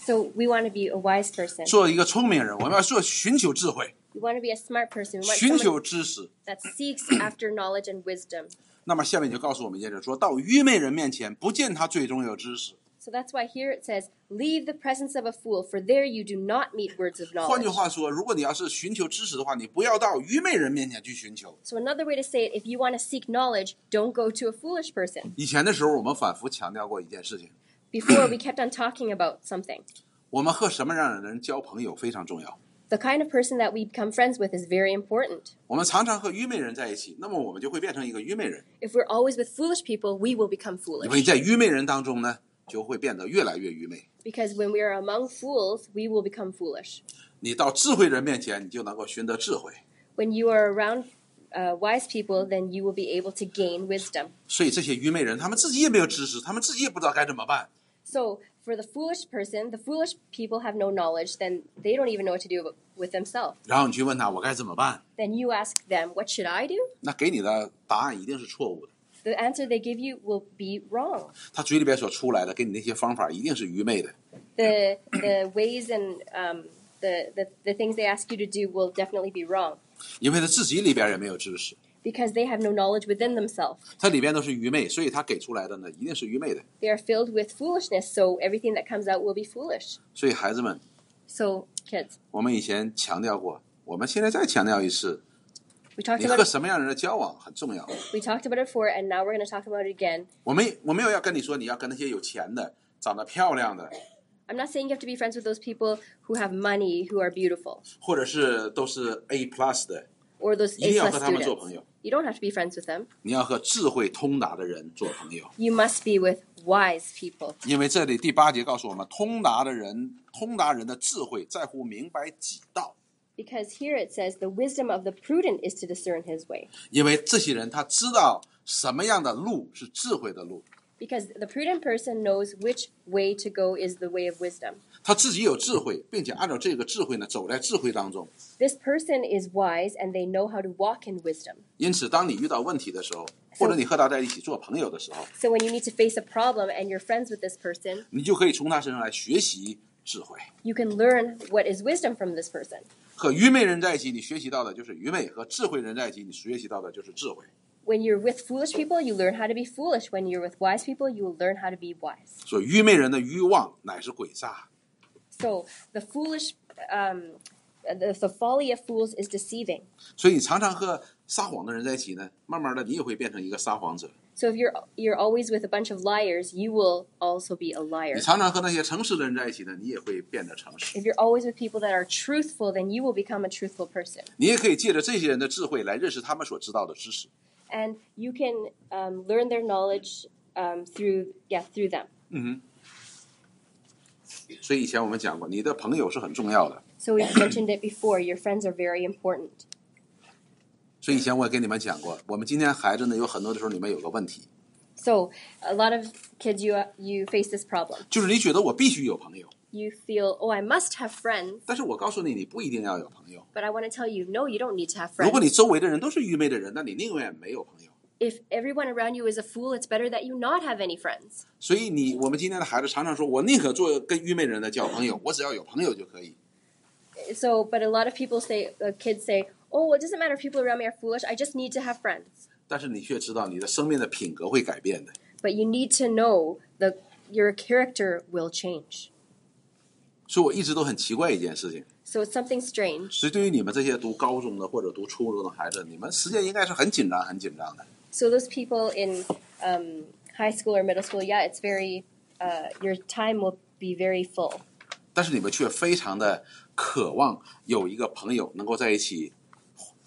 Speaker 2: So, we want to be a wise person.
Speaker 1: 做一个聪明人。我们要做寻求智慧，
Speaker 2: We want to be a smart person. We
Speaker 1: 寻
Speaker 2: want
Speaker 1: 求
Speaker 2: someone
Speaker 1: 知识。
Speaker 2: that seeks after knowledge and wisdom.
Speaker 1: 那么下面就告诉我们一件事：说到愚昧人面前，不见他最终有知识。
Speaker 2: So that's why here it says, Leave the presence of a fool, for there you do not meet words of
Speaker 1: 换句
Speaker 2: knowledge.
Speaker 1: 话说，如果你要是寻求知识的话，你不要到愚昧人面前去寻求。
Speaker 2: So, another way to say it, if you want to seek knowledge, don't go to a foolish person.
Speaker 1: 以前的时候，我们反复强调过一件事情：
Speaker 2: Before, we kept on talking about something.
Speaker 1: 我们和什么样的人交朋友非常重要。
Speaker 2: The kind of person that we become friends with is very important.
Speaker 1: 我们常常和愚昧人在一起，那么我们就会变成一个愚昧人，
Speaker 2: If we're always with foolish people, we will become
Speaker 1: 因为
Speaker 2: foolish.
Speaker 1: 在愚昧人当中呢，就会变得越来越愚昧。
Speaker 2: Because when we are among fools, we will become foolish.
Speaker 1: 你到智慧人面前，你就能够寻得智慧。
Speaker 2: When you are around uh, wise people, then you will be able to gain wisdom.
Speaker 1: 所以这些愚昧人，他们自己也没有知识，他们自己也不知道该怎么办。
Speaker 2: So for the foolish person, the foolish people have no knowledge, then they don't even know what to do about- with themselves.
Speaker 1: 然后你去问他，我该怎么办？
Speaker 2: Then you ask them, What should I do?
Speaker 1: 那给你的答案一定是错误的。
Speaker 2: The answer they give you will be wrong.
Speaker 1: 他嘴里边所出来的，给你那些方法，一定是愚昧的。
Speaker 2: The the ways and um, the, the the things they ask you to do will definitely be wrong
Speaker 1: 因为他自己里边也没有知识，
Speaker 2: because they have no knowledge within themselves.
Speaker 1: 他里边都是愚昧，所以他给出来的呢，一定是愚昧的。
Speaker 2: They are filled with foolishness, so everything that comes out will be foolish.
Speaker 1: 所以孩子们，
Speaker 2: So kids,
Speaker 1: 我们以前强调过，我们现在再强调一次，
Speaker 2: we talked
Speaker 1: 你和
Speaker 2: about
Speaker 1: 什么样的人的交往很重要。
Speaker 2: we talked about it before, and now we're going to talk about it again.
Speaker 1: 我没我没有要跟你说，你要跟那些有钱的、长得漂亮的，
Speaker 2: I'm not saying you have to be friends with those people who have money, who are beautiful.
Speaker 1: 或者是都是 A plus 的，
Speaker 2: or those
Speaker 1: You
Speaker 2: A
Speaker 1: 一定要
Speaker 2: plus
Speaker 1: 和他们做朋
Speaker 2: students.
Speaker 1: 友。
Speaker 2: You don't have to be friends with them.
Speaker 1: 你要和智慧通达的人做朋友，
Speaker 2: You must be with wise people
Speaker 1: 因为这里第八节告诉我们，通达的人，通达人的智慧在乎明白己道，
Speaker 2: because here it says the wisdom of the prudent is to discern his way.
Speaker 1: 因为这些人他知道什么样的路是智慧的路，
Speaker 2: Because the prudent person knows which way to go is the way of wisdom.
Speaker 1: 他自己有智慧，并且按照这个智慧呢走在智慧当中。
Speaker 2: This person is wise and they know how to walk in wisdom.
Speaker 1: 因此，当你遇到问题的时候，或者你和他在一起做朋友的时候，
Speaker 2: So when you need to face a problem and you're friends with this person,
Speaker 1: 你就可以从他身上来学习智慧。
Speaker 2: you can learn what is wisdom from this person.
Speaker 1: 和愚昧人在一起，你学习到的就是愚昧；和智慧人在一起，你学习到的就是智慧。
Speaker 2: When you're with foolish people, you learn how to be foolish. When you're with wise people, you will learn how to be wise.
Speaker 1: 所以，愚昧人的欲望乃是诡诈。
Speaker 2: So the foolish, um, the, the folly of fools is deceiving.
Speaker 1: 所以你常常和撒谎的人在一起呢，慢慢的你也会变成一个撒谎者。
Speaker 2: So if you're you're always with a bunch of liars, you will also be a
Speaker 1: 你
Speaker 2: liar.
Speaker 1: 常常和那些诚实的人在一起呢，你也会变得诚实。
Speaker 2: If you're always with people that are truthful, then you will become a truthful person,
Speaker 1: 你也可以借着这些人的智慧来认识他们所知道的知识。
Speaker 2: and you can um, learn their knowledge um, through yeah through them.
Speaker 1: 所以以前我们讲过，你的朋友是很重要的。
Speaker 2: So we've mentioned it before. Your friends are very important.
Speaker 1: 所以以前我也跟你们讲过，我们今天孩子呢有很多的时候，你们有个问题，
Speaker 2: So a lot of kids, you you face this problem.
Speaker 1: 就是你觉得我必须有朋友，
Speaker 2: You feel, oh, I must have friends,
Speaker 1: 但是我告诉你，你不一定要有朋友。
Speaker 2: but I want to tell you, no, you don't need to have
Speaker 1: 如
Speaker 2: friends.
Speaker 1: 果你周围的人都是愚昧的人，那你宁愿没有朋友。
Speaker 2: if everyone around you is a fool, it's better that you not have any friends.
Speaker 1: 所以你我们今天的孩子常常说，我宁可做跟愚昧人的交朋友，我只要有朋友就可以。
Speaker 2: So, but a lot of people say, uh, kids say, oh, it doesn't matter if people around me are foolish, I just need to have friends.
Speaker 1: 但是你却知道你的生命的品格会改变的。
Speaker 2: But you need to know that your character will change.
Speaker 1: 所以我一直都很奇怪一件事情，
Speaker 2: So it's something strange.
Speaker 1: 所以对于你们这些读高中的或者读初中的孩子，你们时间应该是很紧张、很紧张的。
Speaker 2: So those people in um, high school or middle school, yeah, it's very, uh, your time will be very full.
Speaker 1: 但是你们却非常的渴望有一个朋友能够在一起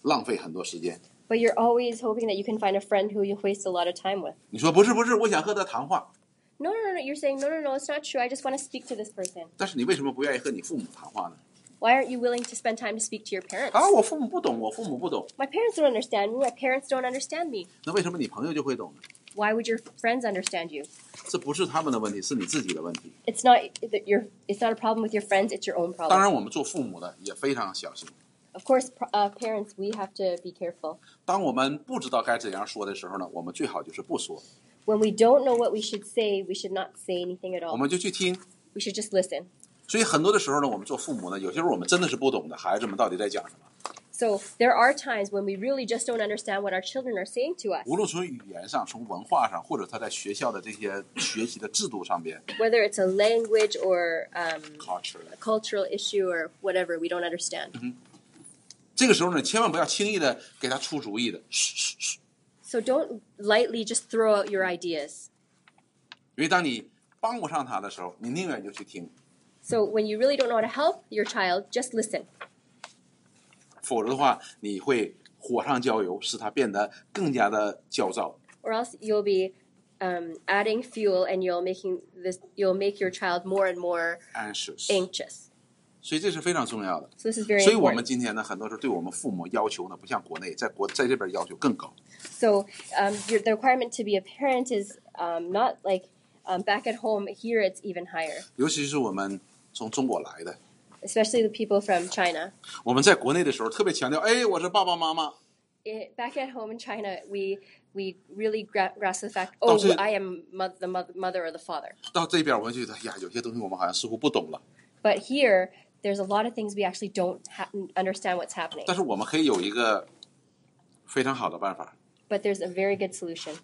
Speaker 1: 浪费很多时间。
Speaker 2: But you're always hoping that you can find a friend who you waste a lot of time with.
Speaker 1: 你说不是不是，我想和他谈话。
Speaker 2: No, no, no, no. You're saying, no, no, no, it's not true. I just want to speak to this person.
Speaker 1: 但是你为什么不愿意和你父母谈话呢？
Speaker 2: Why aren't you willing to spend time to speak to your parents?
Speaker 1: 啊，我父母不懂，我父母不懂。
Speaker 2: My parents don't understand me. My parents don't understand me.
Speaker 1: 那为什么你朋友就会懂呢？
Speaker 2: Why would your friends understand you?
Speaker 1: 这不是他们的问题，是你自己的问题。
Speaker 2: It's not that your. It's not a problem with your friends. It's your own
Speaker 1: 当
Speaker 2: problem.
Speaker 1: 然，我们做父母的也非常小心。
Speaker 2: Of course, pr- uh, parents, we have to be careful.
Speaker 1: 当我们不知道该怎样说的时候呢，我们最好就是不说，
Speaker 2: When we don't know what we should say, we should not say anything at
Speaker 1: 我
Speaker 2: all.
Speaker 1: 们就去听。
Speaker 2: We should just listen.
Speaker 1: 所以很多的时候呢，我们做父母呢，有些时候我们真的是不懂的，孩子们到底在讲什么。
Speaker 2: So there are times when we really just don't understand what our children are saying to us,
Speaker 1: 无论从语言上、从文化上，或者他在学校的这些学习的制度上边
Speaker 2: whether it's a language or um,
Speaker 1: ，culture。
Speaker 2: a cultural issue or whatever we don't understand.
Speaker 1: 这个时候呢，千万不要轻易的给他出主意的，嘘嘘嘘，
Speaker 2: So don't lightly just throw out your ideas.
Speaker 1: 因为当你帮不上他的时候，你宁愿就去听，
Speaker 2: So when you really don't know how to help your child, just listen.
Speaker 1: 否则的话，你会火上浇油，使他变得更加的焦躁。
Speaker 2: or else you'll be um, adding fuel and you'll making this you'll make your child more and more
Speaker 1: anxious，
Speaker 2: anxious.
Speaker 1: 所以这是非常重要的。
Speaker 2: So this is very
Speaker 1: 所以我们
Speaker 2: important.
Speaker 1: 今天呢，很多时候对我们父母要求呢，不像国内，在国在这边要求更高。
Speaker 2: So um, your, the requirement to be a parent is um, not like um, back at home. Here it's even higher,
Speaker 1: 尤其是我们从中国来的，
Speaker 2: especially the people from China.
Speaker 1: 我们在国内的时候特别强调，哎，我是爸爸妈妈。
Speaker 2: It, back at home in China, we we really gra- grasp the fact. Oh,
Speaker 1: Also-
Speaker 2: I am mo- the mo- mother or the father.
Speaker 1: 到这边我们就觉得，哎呀，有些东西我们好像似乎不懂了。
Speaker 2: But here, there's a lot of things we actually don't ha- understand what's happening.
Speaker 1: 但是我们可以有一个非常好的办法，
Speaker 2: But there's a very good solution.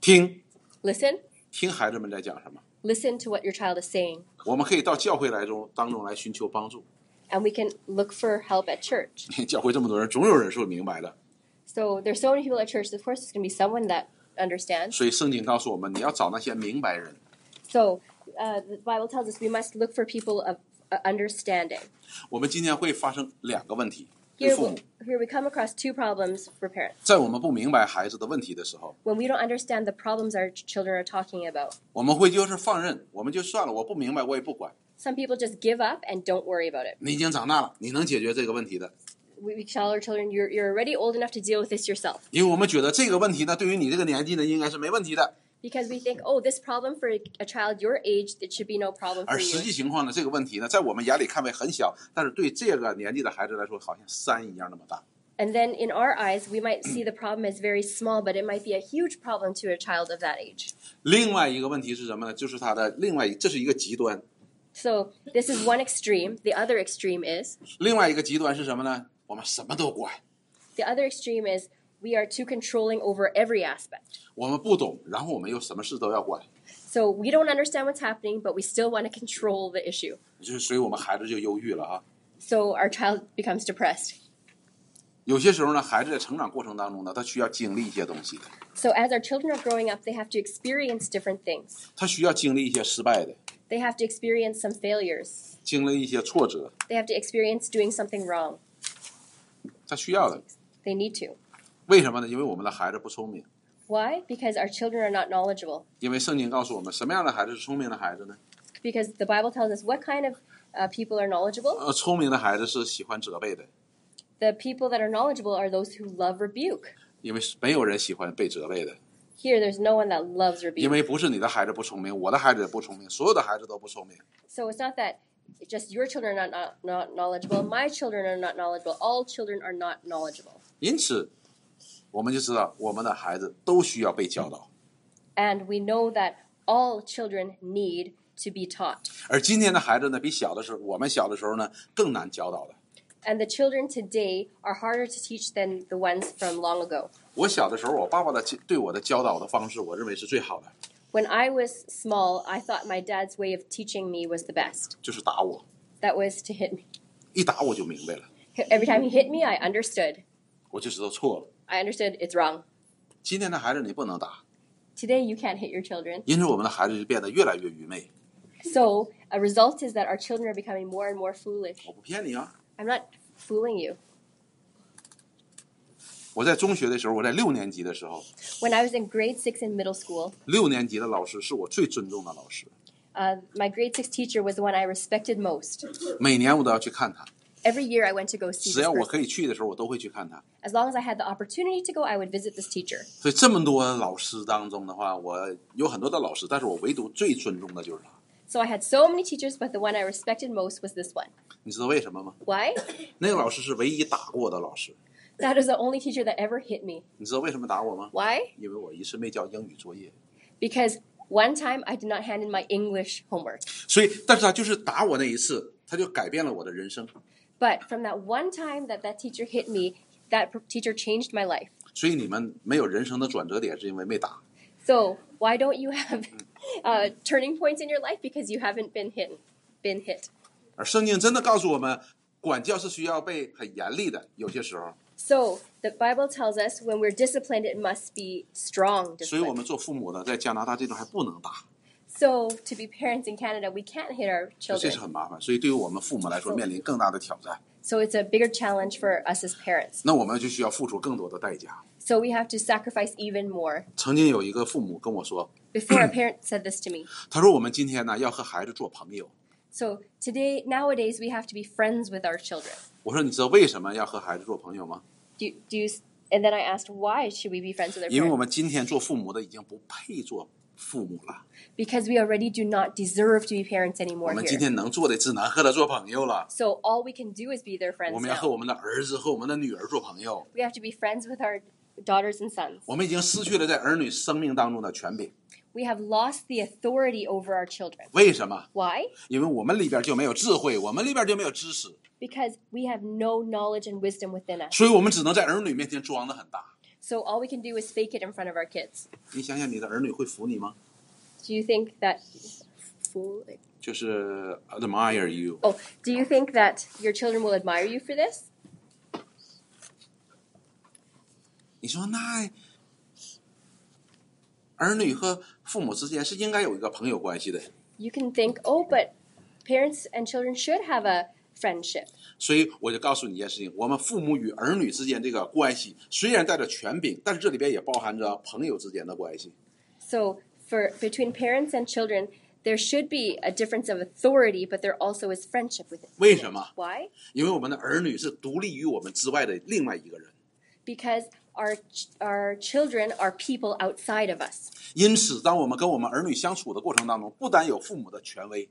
Speaker 1: 听
Speaker 2: Listen,
Speaker 1: 听孩子们在讲什么。
Speaker 2: listen to what your child is saying.
Speaker 1: 我们可以到教会来中当中来寻求帮助。
Speaker 2: and we can look for help at church.
Speaker 1: 教会这么多人，总有人是会明白的。
Speaker 2: So there's so many people at church. Of course, there's going to be someone that understands.
Speaker 1: 所以圣经告诉我们，你要找那些明白人。
Speaker 2: So uh, the Bible tells us we must look for people of uh, understanding.
Speaker 1: 我们今天会发生两个问题：对
Speaker 2: Here,
Speaker 1: 父母
Speaker 2: we,，here we come across two problems for parents.
Speaker 1: 在我们不明白孩子的问题的时候，
Speaker 2: When we don't understand the problems our ch- children are talking about,
Speaker 1: 我们会就是放任，我们就算了，我不明白我也不管。
Speaker 2: some people just give up and don't worry about it.
Speaker 1: 你已经长大了，你能解决这个问题的，
Speaker 2: We, we tell our children, you're, you're already old enough to deal with this yourself.
Speaker 1: 因为我们觉得这个问题呢，对于你这个年纪呢，应该是没问题的。
Speaker 2: Because we think, oh, this problem for a, a child your age, it should be no problem
Speaker 1: 而
Speaker 2: for
Speaker 1: 实际
Speaker 2: you.
Speaker 1: 情况呢，这个问题呢，在我们眼里看为很小，但是对这个年纪的孩子来说，好像山一样那么大。
Speaker 2: And then in our eyes, we might see the problem as very small, but it might be a huge problem to a child of that age.
Speaker 1: 另外一个问题是什么呢？就是它的另外一，这是一个极端。
Speaker 2: So this is one extreme. The other extreme is
Speaker 1: 另外一个极端是什么呢？我们什么都管，
Speaker 2: the other extreme is we are too controlling over every aspect.
Speaker 1: 我们不懂，然后我们又什么事都要管，
Speaker 2: So we don't understand what's happening, but we still want to control the issue.
Speaker 1: 就是所以我们孩子就忧郁了啊。
Speaker 2: So our child becomes depressed.
Speaker 1: 有些时候呢，孩子在成长过程当中呢，他需要经历一些东西的，
Speaker 2: So as our children are growing up, they have to experience different things.
Speaker 1: 他需要经历一些失败的，
Speaker 2: They have to experience some failures.
Speaker 1: 经历一些挫折，
Speaker 2: They have to experience doing something wrong.
Speaker 1: 他需要的。
Speaker 2: They need to.
Speaker 1: 为什么呢？因为我们的孩子不聪明，
Speaker 2: Why? Because our children are not knowledgeable.
Speaker 1: 因为圣经告诉我们，什么样的孩子是聪明的孩子呢？
Speaker 2: because the Bible tells us what kind of uh, people are knowledgeable.
Speaker 1: 呃，聪明的孩子是喜欢责备的，
Speaker 2: The people that are knowledgeable are those who love rebuke.
Speaker 1: 因为没有人喜欢被责备的。
Speaker 2: Here, there's no one that loves
Speaker 1: 因
Speaker 2: rebuke.
Speaker 1: 为不是你的孩子不聪明，我的孩子也不聪明，所有的孩子都不聪明。
Speaker 2: So it's not that just your children are not, not, not knowledgeable, my children are not knowledgeable, all children are not knowledgeable.
Speaker 1: 因此，我们就知道我们的孩子都需要被教导。
Speaker 2: And we know that all children need to be taught.
Speaker 1: 而今天的孩子呢，比小的时候，我们小的时候呢，更难教导的。
Speaker 2: And the children today are harder to teach than the ones from long ago.
Speaker 1: 我小的时候，我爸爸的教对我的教导的方式，我认为是最好的，
Speaker 2: When I was small, I thought my dad's way of teaching me was the best.
Speaker 1: 就是打我，
Speaker 2: That was to hit me.
Speaker 1: 一打我就明白了，
Speaker 2: Every time he hit me, I understood.
Speaker 1: 我就知道错了。
Speaker 2: I understood it's wrong.
Speaker 1: 今天的孩子你不能打，
Speaker 2: Today you can't hit your children.
Speaker 1: 因此我们的孩子就变得越来越愚昧。
Speaker 2: So a result is that our children are becoming more and more foolish.
Speaker 1: 我不骗你啊，
Speaker 2: I'm not fooling you.
Speaker 1: 我在中学的时候，我在六年级的时候，
Speaker 2: When I was in grade six in middle school,
Speaker 1: 六年级的老师是我最尊重的老师，
Speaker 2: uh, my grade six teacher was the one I respected most.
Speaker 1: 每年我都要去看他，
Speaker 2: Every year I went to go see
Speaker 1: 只
Speaker 2: this
Speaker 1: 要我
Speaker 2: person.
Speaker 1: 可以去的时候，我都会去看他。
Speaker 2: As long as I had the opportunity to go, I would visit this teacher.
Speaker 1: 所以这么多老师当中的话，我有很多的老师，但是我唯独最尊重的就是他。
Speaker 2: So I had so many teachers, but the one I respected most was this one.
Speaker 1: 你知道为什么吗？
Speaker 2: Why?
Speaker 1: 那个老师是唯一打过我的老师。
Speaker 2: That is the only teacher that ever hit me.
Speaker 1: 你知道为什么打我吗？
Speaker 2: Why?
Speaker 1: 因为我一次没交英语作业。
Speaker 2: Because one time I did not hand in my English homework.
Speaker 1: 所以，但是他就是打我那一次，他就改变了我的人生。
Speaker 2: But from that one time that that teacher hit me, that pr- teacher changed my life.
Speaker 1: 所以你们没有人生的转折点，是因为没打。
Speaker 2: So why don't you have uh, turning points in your life because you haven't been hit? Been hit.
Speaker 1: 而圣经真的告诉我们，管教是需要被很严厉的，有些时候。
Speaker 2: So the Bible tells us when we're disciplined, it must be strong
Speaker 1: 所以我
Speaker 2: discipline.
Speaker 1: 们做父母的，在加拿大这种还不能打，
Speaker 2: So to be parents in Canada, we can't hit our
Speaker 1: 这
Speaker 2: children.
Speaker 1: 是很麻烦。所以对于我们父母来说，面临更大的挑战。
Speaker 2: So it's a bigger challenge for us as parents.
Speaker 1: 那我们就需要付出更多的代价。
Speaker 2: So we have to sacrifice even more.
Speaker 1: 曾经有一个父母跟我说，
Speaker 2: Before a parent said this to me.
Speaker 1: 他说我们今天呢要和孩子做朋友。
Speaker 2: So today, nowadays, we have to be friends with our children.
Speaker 1: 我说你知道为什么要和孩子做朋友吗？
Speaker 2: Do, do you, and then I asked, why should we be friends with our
Speaker 1: 因为我
Speaker 2: parents?
Speaker 1: 们今天做父母的已经不配做父母了，
Speaker 2: Because we already do not deserve to be parents
Speaker 1: 我
Speaker 2: anymore
Speaker 1: 们今
Speaker 2: here.
Speaker 1: 天能做的只能和他做朋友了。
Speaker 2: So all we can do is be their
Speaker 1: 我
Speaker 2: friends
Speaker 1: 们要和
Speaker 2: now.
Speaker 1: 我们的儿子和我们的女儿做朋友。
Speaker 2: We have to be friends with our daughters and sons.
Speaker 1: 我们已经失去了在儿女生命当中的权柄。
Speaker 2: We have lost the authority over our children.
Speaker 1: 为什么？
Speaker 2: Why?
Speaker 1: 因为我们里边就没有智慧，我们里边就没有知识，
Speaker 2: Because we have no knowledge and wisdom within us.
Speaker 1: 所以我们只能在儿女面前装的很大。
Speaker 2: So all we can do is fake it in front of our kids.
Speaker 1: 你想想，你的儿女会服你吗？
Speaker 2: Do you think that fool?
Speaker 1: 就是呃 admire you，
Speaker 2: Oh, do you think that your children will admire you for this?
Speaker 1: 你说那儿女和父母之间是应该有一个朋友关系的，
Speaker 2: You can think, oh, but parents and children should have a friendship.
Speaker 1: 所以我就告诉你一件事情：我们父母与儿女之间这个关系虽然带着权柄，但是这里边也包含着朋友之间的关系。
Speaker 2: So for between parents and children, there should be a difference of authority, but there also is friendship with it.
Speaker 1: 为什么？
Speaker 2: Why?
Speaker 1: 因为我们的儿女是独立于我们之外的另外一个人，
Speaker 2: Because our ch- our children are people outside of us.
Speaker 1: 因此，当我们跟我们儿女相处的过程当中，不但有父母的权威，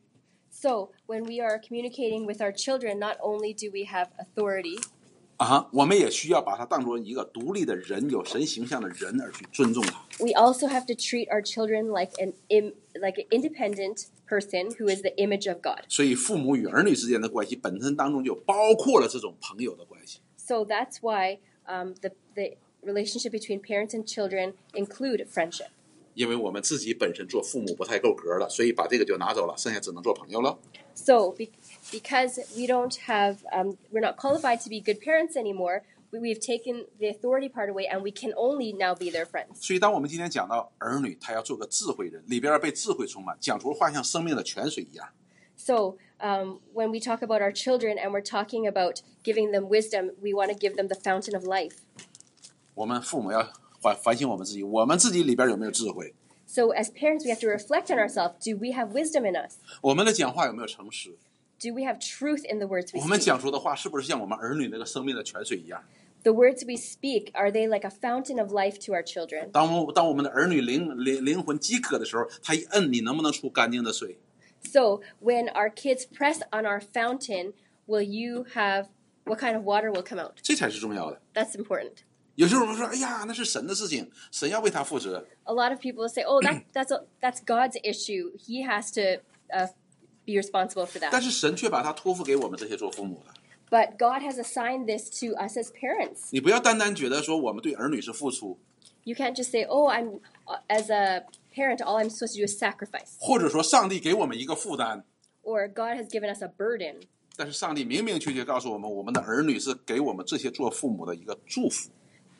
Speaker 2: So when we are communicating with our children, not only do we have authority,
Speaker 1: 啊哈，我们也需要把他当做一个独立的人，有神形象的人而去尊重他。
Speaker 2: we also have to treat our children like an Im- like an independent person who is the image of God.
Speaker 1: 所以，父母与儿女之间的关系本身当中就包括了这种朋友的关系。
Speaker 2: So that's why um, the the relationship between parents and children include friendship.
Speaker 1: 因为我们自己本身做父母不太够格了，所以把这个就拿走了，剩下只能做朋友了。
Speaker 2: So be- because we don't have um, we're not qualified to be good parents anymore, we, we've taken the authority part away, and we can only now be their friends.
Speaker 1: 所以，当我们今天讲到儿女，他要做个智慧人，里边被智慧充满，讲出话像生命的泉水一样。
Speaker 2: So um, when we talk about our children and we're talking about giving them wisdom, we want to give them the fountain of life.
Speaker 1: 我们父母要反反省我们自己，我们自己里边有没有智慧？
Speaker 2: So as parents, we have to reflect on ourselves. Do we have wisdom in us?
Speaker 1: 我们的讲话有没有诚实？
Speaker 2: Do we have truth in the words we
Speaker 1: 我们
Speaker 2: speak?
Speaker 1: 讲出的话是不是像我们儿女那个生命的泉水一样？
Speaker 2: The words we speak, are they like a fountain of life to our children?
Speaker 1: 当我们当我们的儿女灵灵灵魂饥渴的时候，他一摁，你能不能出干净的水？
Speaker 2: So when our kids press on our fountain, will you have what kind of water will come out?
Speaker 1: 这才是重要的。
Speaker 2: That's important.
Speaker 1: 有时候我们说，哎呀，那是神的事情，神要为他负责。
Speaker 2: A lot of people say, "Oh, that, that's a, that's God's issue. He has to uh, be responsible for
Speaker 1: 但
Speaker 2: that."
Speaker 1: 是神却把它托付给我们这些做父母的。
Speaker 2: But God has assigned this to us as parents.
Speaker 1: 你不要单单觉得说我们对儿女是付出，
Speaker 2: You can't just say, "Oh, I'm uh, as a parent, all I'm supposed to do is sacrifice,"
Speaker 1: 或者说上帝给我们一个负担，
Speaker 2: or "God has given us a burden."
Speaker 1: 但是上帝明明确确告诉我们，我们的儿女是给我们这些做父母的一个祝福。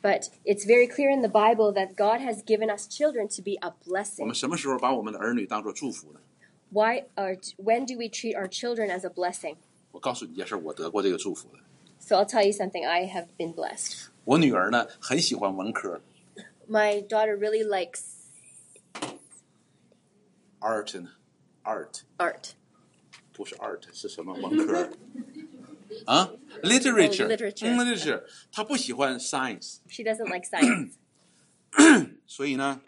Speaker 2: But it's very clear in the Bible that God has given us children to be a
Speaker 1: 我
Speaker 2: blessing.
Speaker 1: 们什么时候把我们的儿女当做祝福呢？
Speaker 2: Why or when do we treat our children as a blessing?
Speaker 1: 我告诉你一件事，我得过这个祝福的。
Speaker 2: So I'll tell you something. I have been blessed.
Speaker 1: 我女儿呢很喜欢文科
Speaker 2: My daughter really likes
Speaker 1: art and art，
Speaker 2: art,
Speaker 1: 不是 art 是什么文科啊？literature，
Speaker 2: 哦，literature
Speaker 1: 嗯 literature，她不喜欢 science，
Speaker 2: she doesn't like science.
Speaker 1: 所以呢，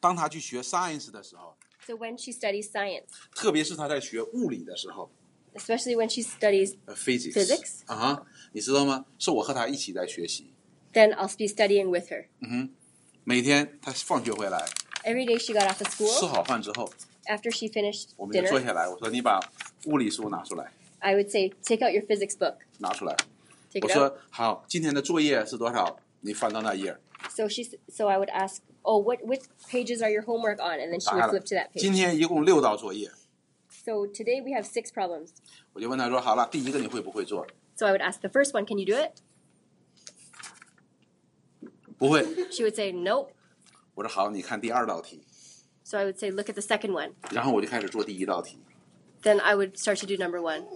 Speaker 1: 当她去学 science 的时候，
Speaker 2: so when she studies science,
Speaker 1: 特别是她在学物理的时候，
Speaker 2: especially when she studies,
Speaker 1: 呃，physics
Speaker 2: Physics
Speaker 1: 啊哈，你知道吗？是我和她一起在学习，
Speaker 2: then I'll be studying with her.
Speaker 1: 每天她放学回来
Speaker 2: Every day she got off of
Speaker 1: 吃
Speaker 2: school,
Speaker 1: 好饭之后，
Speaker 2: after she finished
Speaker 1: 我们就坐
Speaker 2: dinner,
Speaker 1: 下来，我说你把物理书拿出来，
Speaker 2: I would say, take out your physics book.
Speaker 1: 拿出来。
Speaker 2: Take
Speaker 1: 我
Speaker 2: it out.
Speaker 1: 说好，今天的作业是多少？你翻到那页，
Speaker 2: So she, s- so I would ask, oh, what, what pages are your homework on? And then she
Speaker 1: 答
Speaker 2: would
Speaker 1: 案了
Speaker 2: flip to that。
Speaker 1: 今
Speaker 2: page.
Speaker 1: 天一共六道作业，
Speaker 2: So today we have six problems.
Speaker 1: 我就问他说好了，第一个你会不会做？
Speaker 2: So I would ask the first one, can you do it?
Speaker 1: 不会。
Speaker 2: She would say, nope.
Speaker 1: 我说好，你看第二道题，
Speaker 2: So I would say, look at the second one.
Speaker 1: 然后我就开始做第一道题。
Speaker 2: Then I would start to do number one.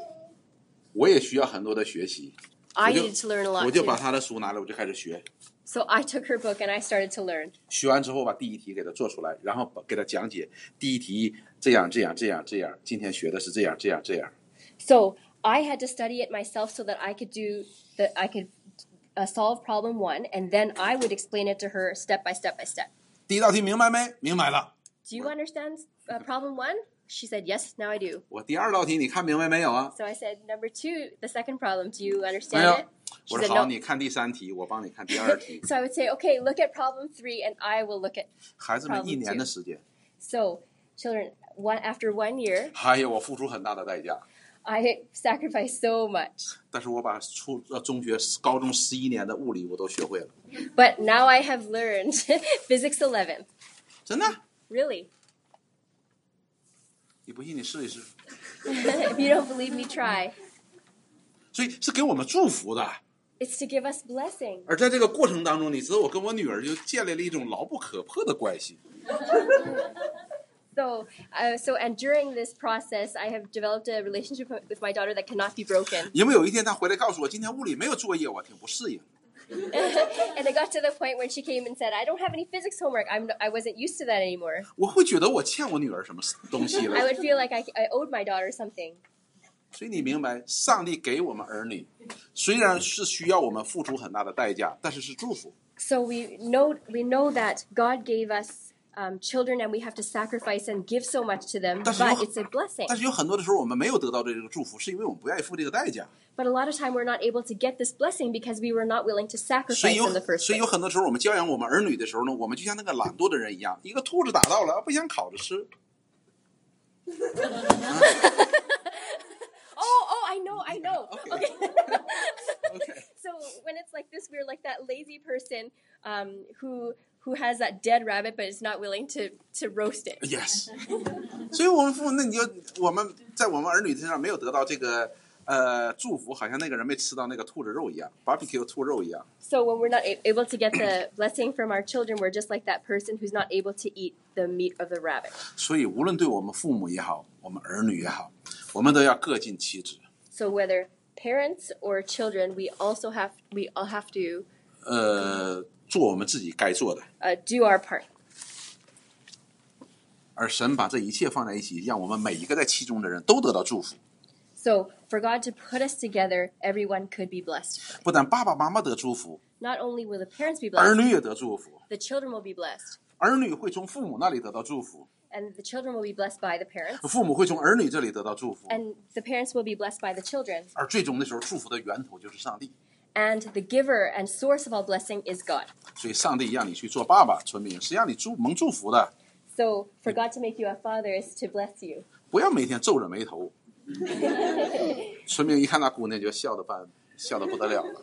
Speaker 1: 我也需要很多的学习，
Speaker 2: I
Speaker 1: 我就
Speaker 2: needed to learn a
Speaker 1: 我
Speaker 2: lot
Speaker 1: 就把
Speaker 2: too.
Speaker 1: 他的书拿来，我就开始学。
Speaker 2: So I took her book and I started to learn.
Speaker 1: 学完之后，我把第一题给他做出来，然后把给他讲解第一题这样这样这样这样，今天学的是这样这样这样。
Speaker 2: So I had to study it myself so that I could do that. I could uh, solve problem one, and then I would explain it to her step by step by step.
Speaker 1: 第一道题明白没？明白了。
Speaker 2: Do you understand uh, problem one? She said, Yes, now I do.
Speaker 1: 我第二道题你看明白没有啊？
Speaker 2: So I said, Number two, the second problem, do you
Speaker 1: 没
Speaker 2: understand
Speaker 1: 有
Speaker 2: it?。She
Speaker 1: 我说
Speaker 2: said,
Speaker 1: 好，
Speaker 2: No.
Speaker 1: 你看第三题，我帮你看第二题。
Speaker 2: So I would say, Okay, look at problem three, and I will look at.
Speaker 1: 孩子们一年的时间，
Speaker 2: So, children, one, after one year,
Speaker 1: 哎呀，我付出很大的代价，
Speaker 2: I sacrificed so much.
Speaker 1: 但是我把初呃中学、高中十一年的物理我都学会了，
Speaker 2: But now I have learned physics 11.
Speaker 1: 真的。
Speaker 2: Really?
Speaker 1: 你不信你试一试，
Speaker 2: if you don't believe me, try.
Speaker 1: 所以是给我们祝福的。
Speaker 2: It's to give us blessing.
Speaker 1: 而在这个过程当中，你知道我跟我女儿就建立了一种牢不可破的关系。
Speaker 2: So, uh, so, and during this process, I have developed a relationship with my daughter that cannot be broken.
Speaker 1: 因为有一天她回来告诉我，今天物理没有作业，我挺不适应。
Speaker 2: and it got to the point when she came and said, "I don't have any physics homework. I'm, I wasn't used to that anymore.
Speaker 1: 我会觉得我欠我女儿什么东西
Speaker 2: I
Speaker 1: 了。
Speaker 2: would feel like I, I owed my daughter something."
Speaker 1: 所以你明白，上帝给我们儿女，虽然是需要我们付出很大的代价，但是是祝福。
Speaker 2: So we know we know that God gave us um, children, and we have to sacrifice and give so much to them,
Speaker 1: That's
Speaker 2: but
Speaker 1: not-
Speaker 2: it's a blessing.
Speaker 1: 但是有很多的时候，我们没有得到这个祝福，是因为我们不愿意付这个代价。
Speaker 2: But a lot of time, we're not able to get this blessing because we were not willing to
Speaker 1: 所以
Speaker 2: sacrifice
Speaker 1: 有
Speaker 2: in the first
Speaker 1: 所以
Speaker 2: place.
Speaker 1: 有很多时候，我们教养我们儿女的时候呢，我们就像那个懒惰的人一样，一个兔子打到了，不想烤着吃。
Speaker 2: Oh, oh, I know, I know.
Speaker 1: Okay.
Speaker 2: Okay.
Speaker 1: Okay.
Speaker 2: So when it's like this, we're like that lazy person um, who who has that dead rabbit but is not willing to to roast it.
Speaker 1: Yes，所 以我们父母，那你就我们在我们儿女身上没有得到这个呃祝福，好像那个人没吃到那个兔子肉一样，barbecue 兔肉一样。
Speaker 2: So when we're not a- able to get the blessing from our children, we're just like that person who's not able to eat the meat of the rabbit.
Speaker 1: 所以无论对我们父母也好，我们儿女也好，我们都要各尽其职。
Speaker 2: So whether parents or children, we also have we all have to
Speaker 1: 呃，做我们自己该做的，
Speaker 2: uh, do our part.
Speaker 1: 而神把这一切放在一起，让我们每一个在其中的人都得到祝福。
Speaker 2: So for God to put us together, everyone could be blessed.
Speaker 1: 不但爸爸妈妈得祝福，
Speaker 2: Not only will the parents be
Speaker 1: 儿
Speaker 2: blessed,
Speaker 1: 女也得祝福，
Speaker 2: the children will be blessed,
Speaker 1: 儿女会从父母那里得到祝福，
Speaker 2: and the children will be blessed by the parents,
Speaker 1: 父母会从儿女这里得到祝福，
Speaker 2: and the parents will be blessed by the children.
Speaker 1: 而最终的时候，祝福的源头就是上帝。
Speaker 2: and the giver and source of all blessing is God.
Speaker 1: 所以上帝让你去做爸爸，村民是让你祝蒙祝福的，
Speaker 2: So for God to make you a father is to bless you.
Speaker 1: 不要每天皱着眉头。村民一看那姑娘就笑得半笑得不得了了。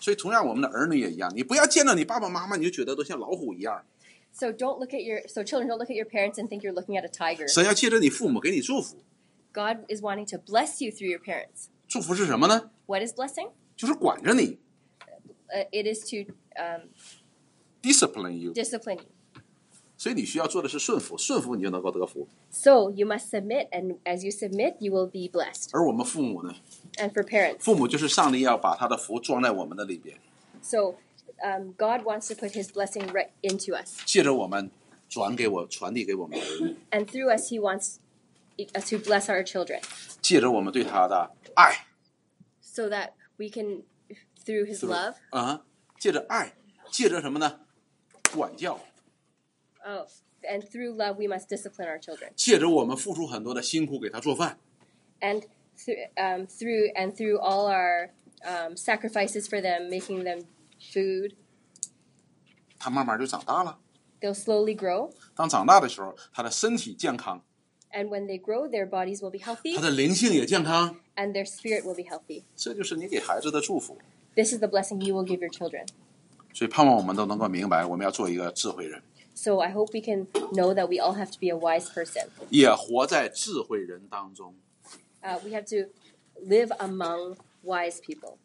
Speaker 1: 所以同样，我们的儿女也一样，你不要见到你爸爸妈妈你就觉得都像老虎一样。
Speaker 2: So don't look at your so children don't look at your parents and think you're looking at a tiger.
Speaker 1: 神要借着你父母给你祝福，
Speaker 2: God is wanting to bless you through your parents.
Speaker 1: 祝福是什么呢？
Speaker 2: What is blessing?
Speaker 1: 就是管着你
Speaker 2: Uh, it is to um,
Speaker 1: ，discipline you。
Speaker 2: discipline you.
Speaker 1: 所以你需要做的是顺服，顺服你就能够得福。
Speaker 2: So you must submit, and as you submit, you will be blessed.
Speaker 1: 而我们父母呢，
Speaker 2: And for parents,
Speaker 1: 父母就是上帝要把他的福装在我们的里边，
Speaker 2: So um, God wants to put His blessing right into us,
Speaker 1: 借着我们转给我传递给我们的儿女，
Speaker 2: and through us, He wants us to bless our children,
Speaker 1: 借着我们对他的爱
Speaker 2: so that we can, through His love,
Speaker 1: 啊，借着爱，借着什么呢？管教，
Speaker 2: oh, and through love, we must discipline our children,
Speaker 1: 借着我们付出很多的辛苦给他做饭，
Speaker 2: and through, um, through and through all our um, sacrifices for them, making them food,
Speaker 1: 他慢慢就长大了。
Speaker 2: they'll slowly grow,
Speaker 1: 当长大的时候，他的身体健康，
Speaker 2: and when they grow, their bodies will be healthy,
Speaker 1: 他的灵性也健康，
Speaker 2: and their spirit will be healthy.
Speaker 1: 这就是你给孩子的祝福。
Speaker 2: This is the blessing you will give your children.
Speaker 1: 所以盼望我们都能够明白，我们要做一个智慧人，
Speaker 2: So I hope we can know that we all have to be a wise person.
Speaker 1: 也活在智慧人当中。
Speaker 2: Uh, we have to live among wise people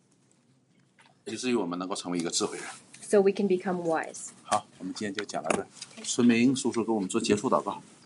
Speaker 1: 以至于我们能够成为一个智慧人。
Speaker 2: so we can become wise.
Speaker 1: 好，我们今天就讲到这儿。孙明叔叔给我们做结束祷告。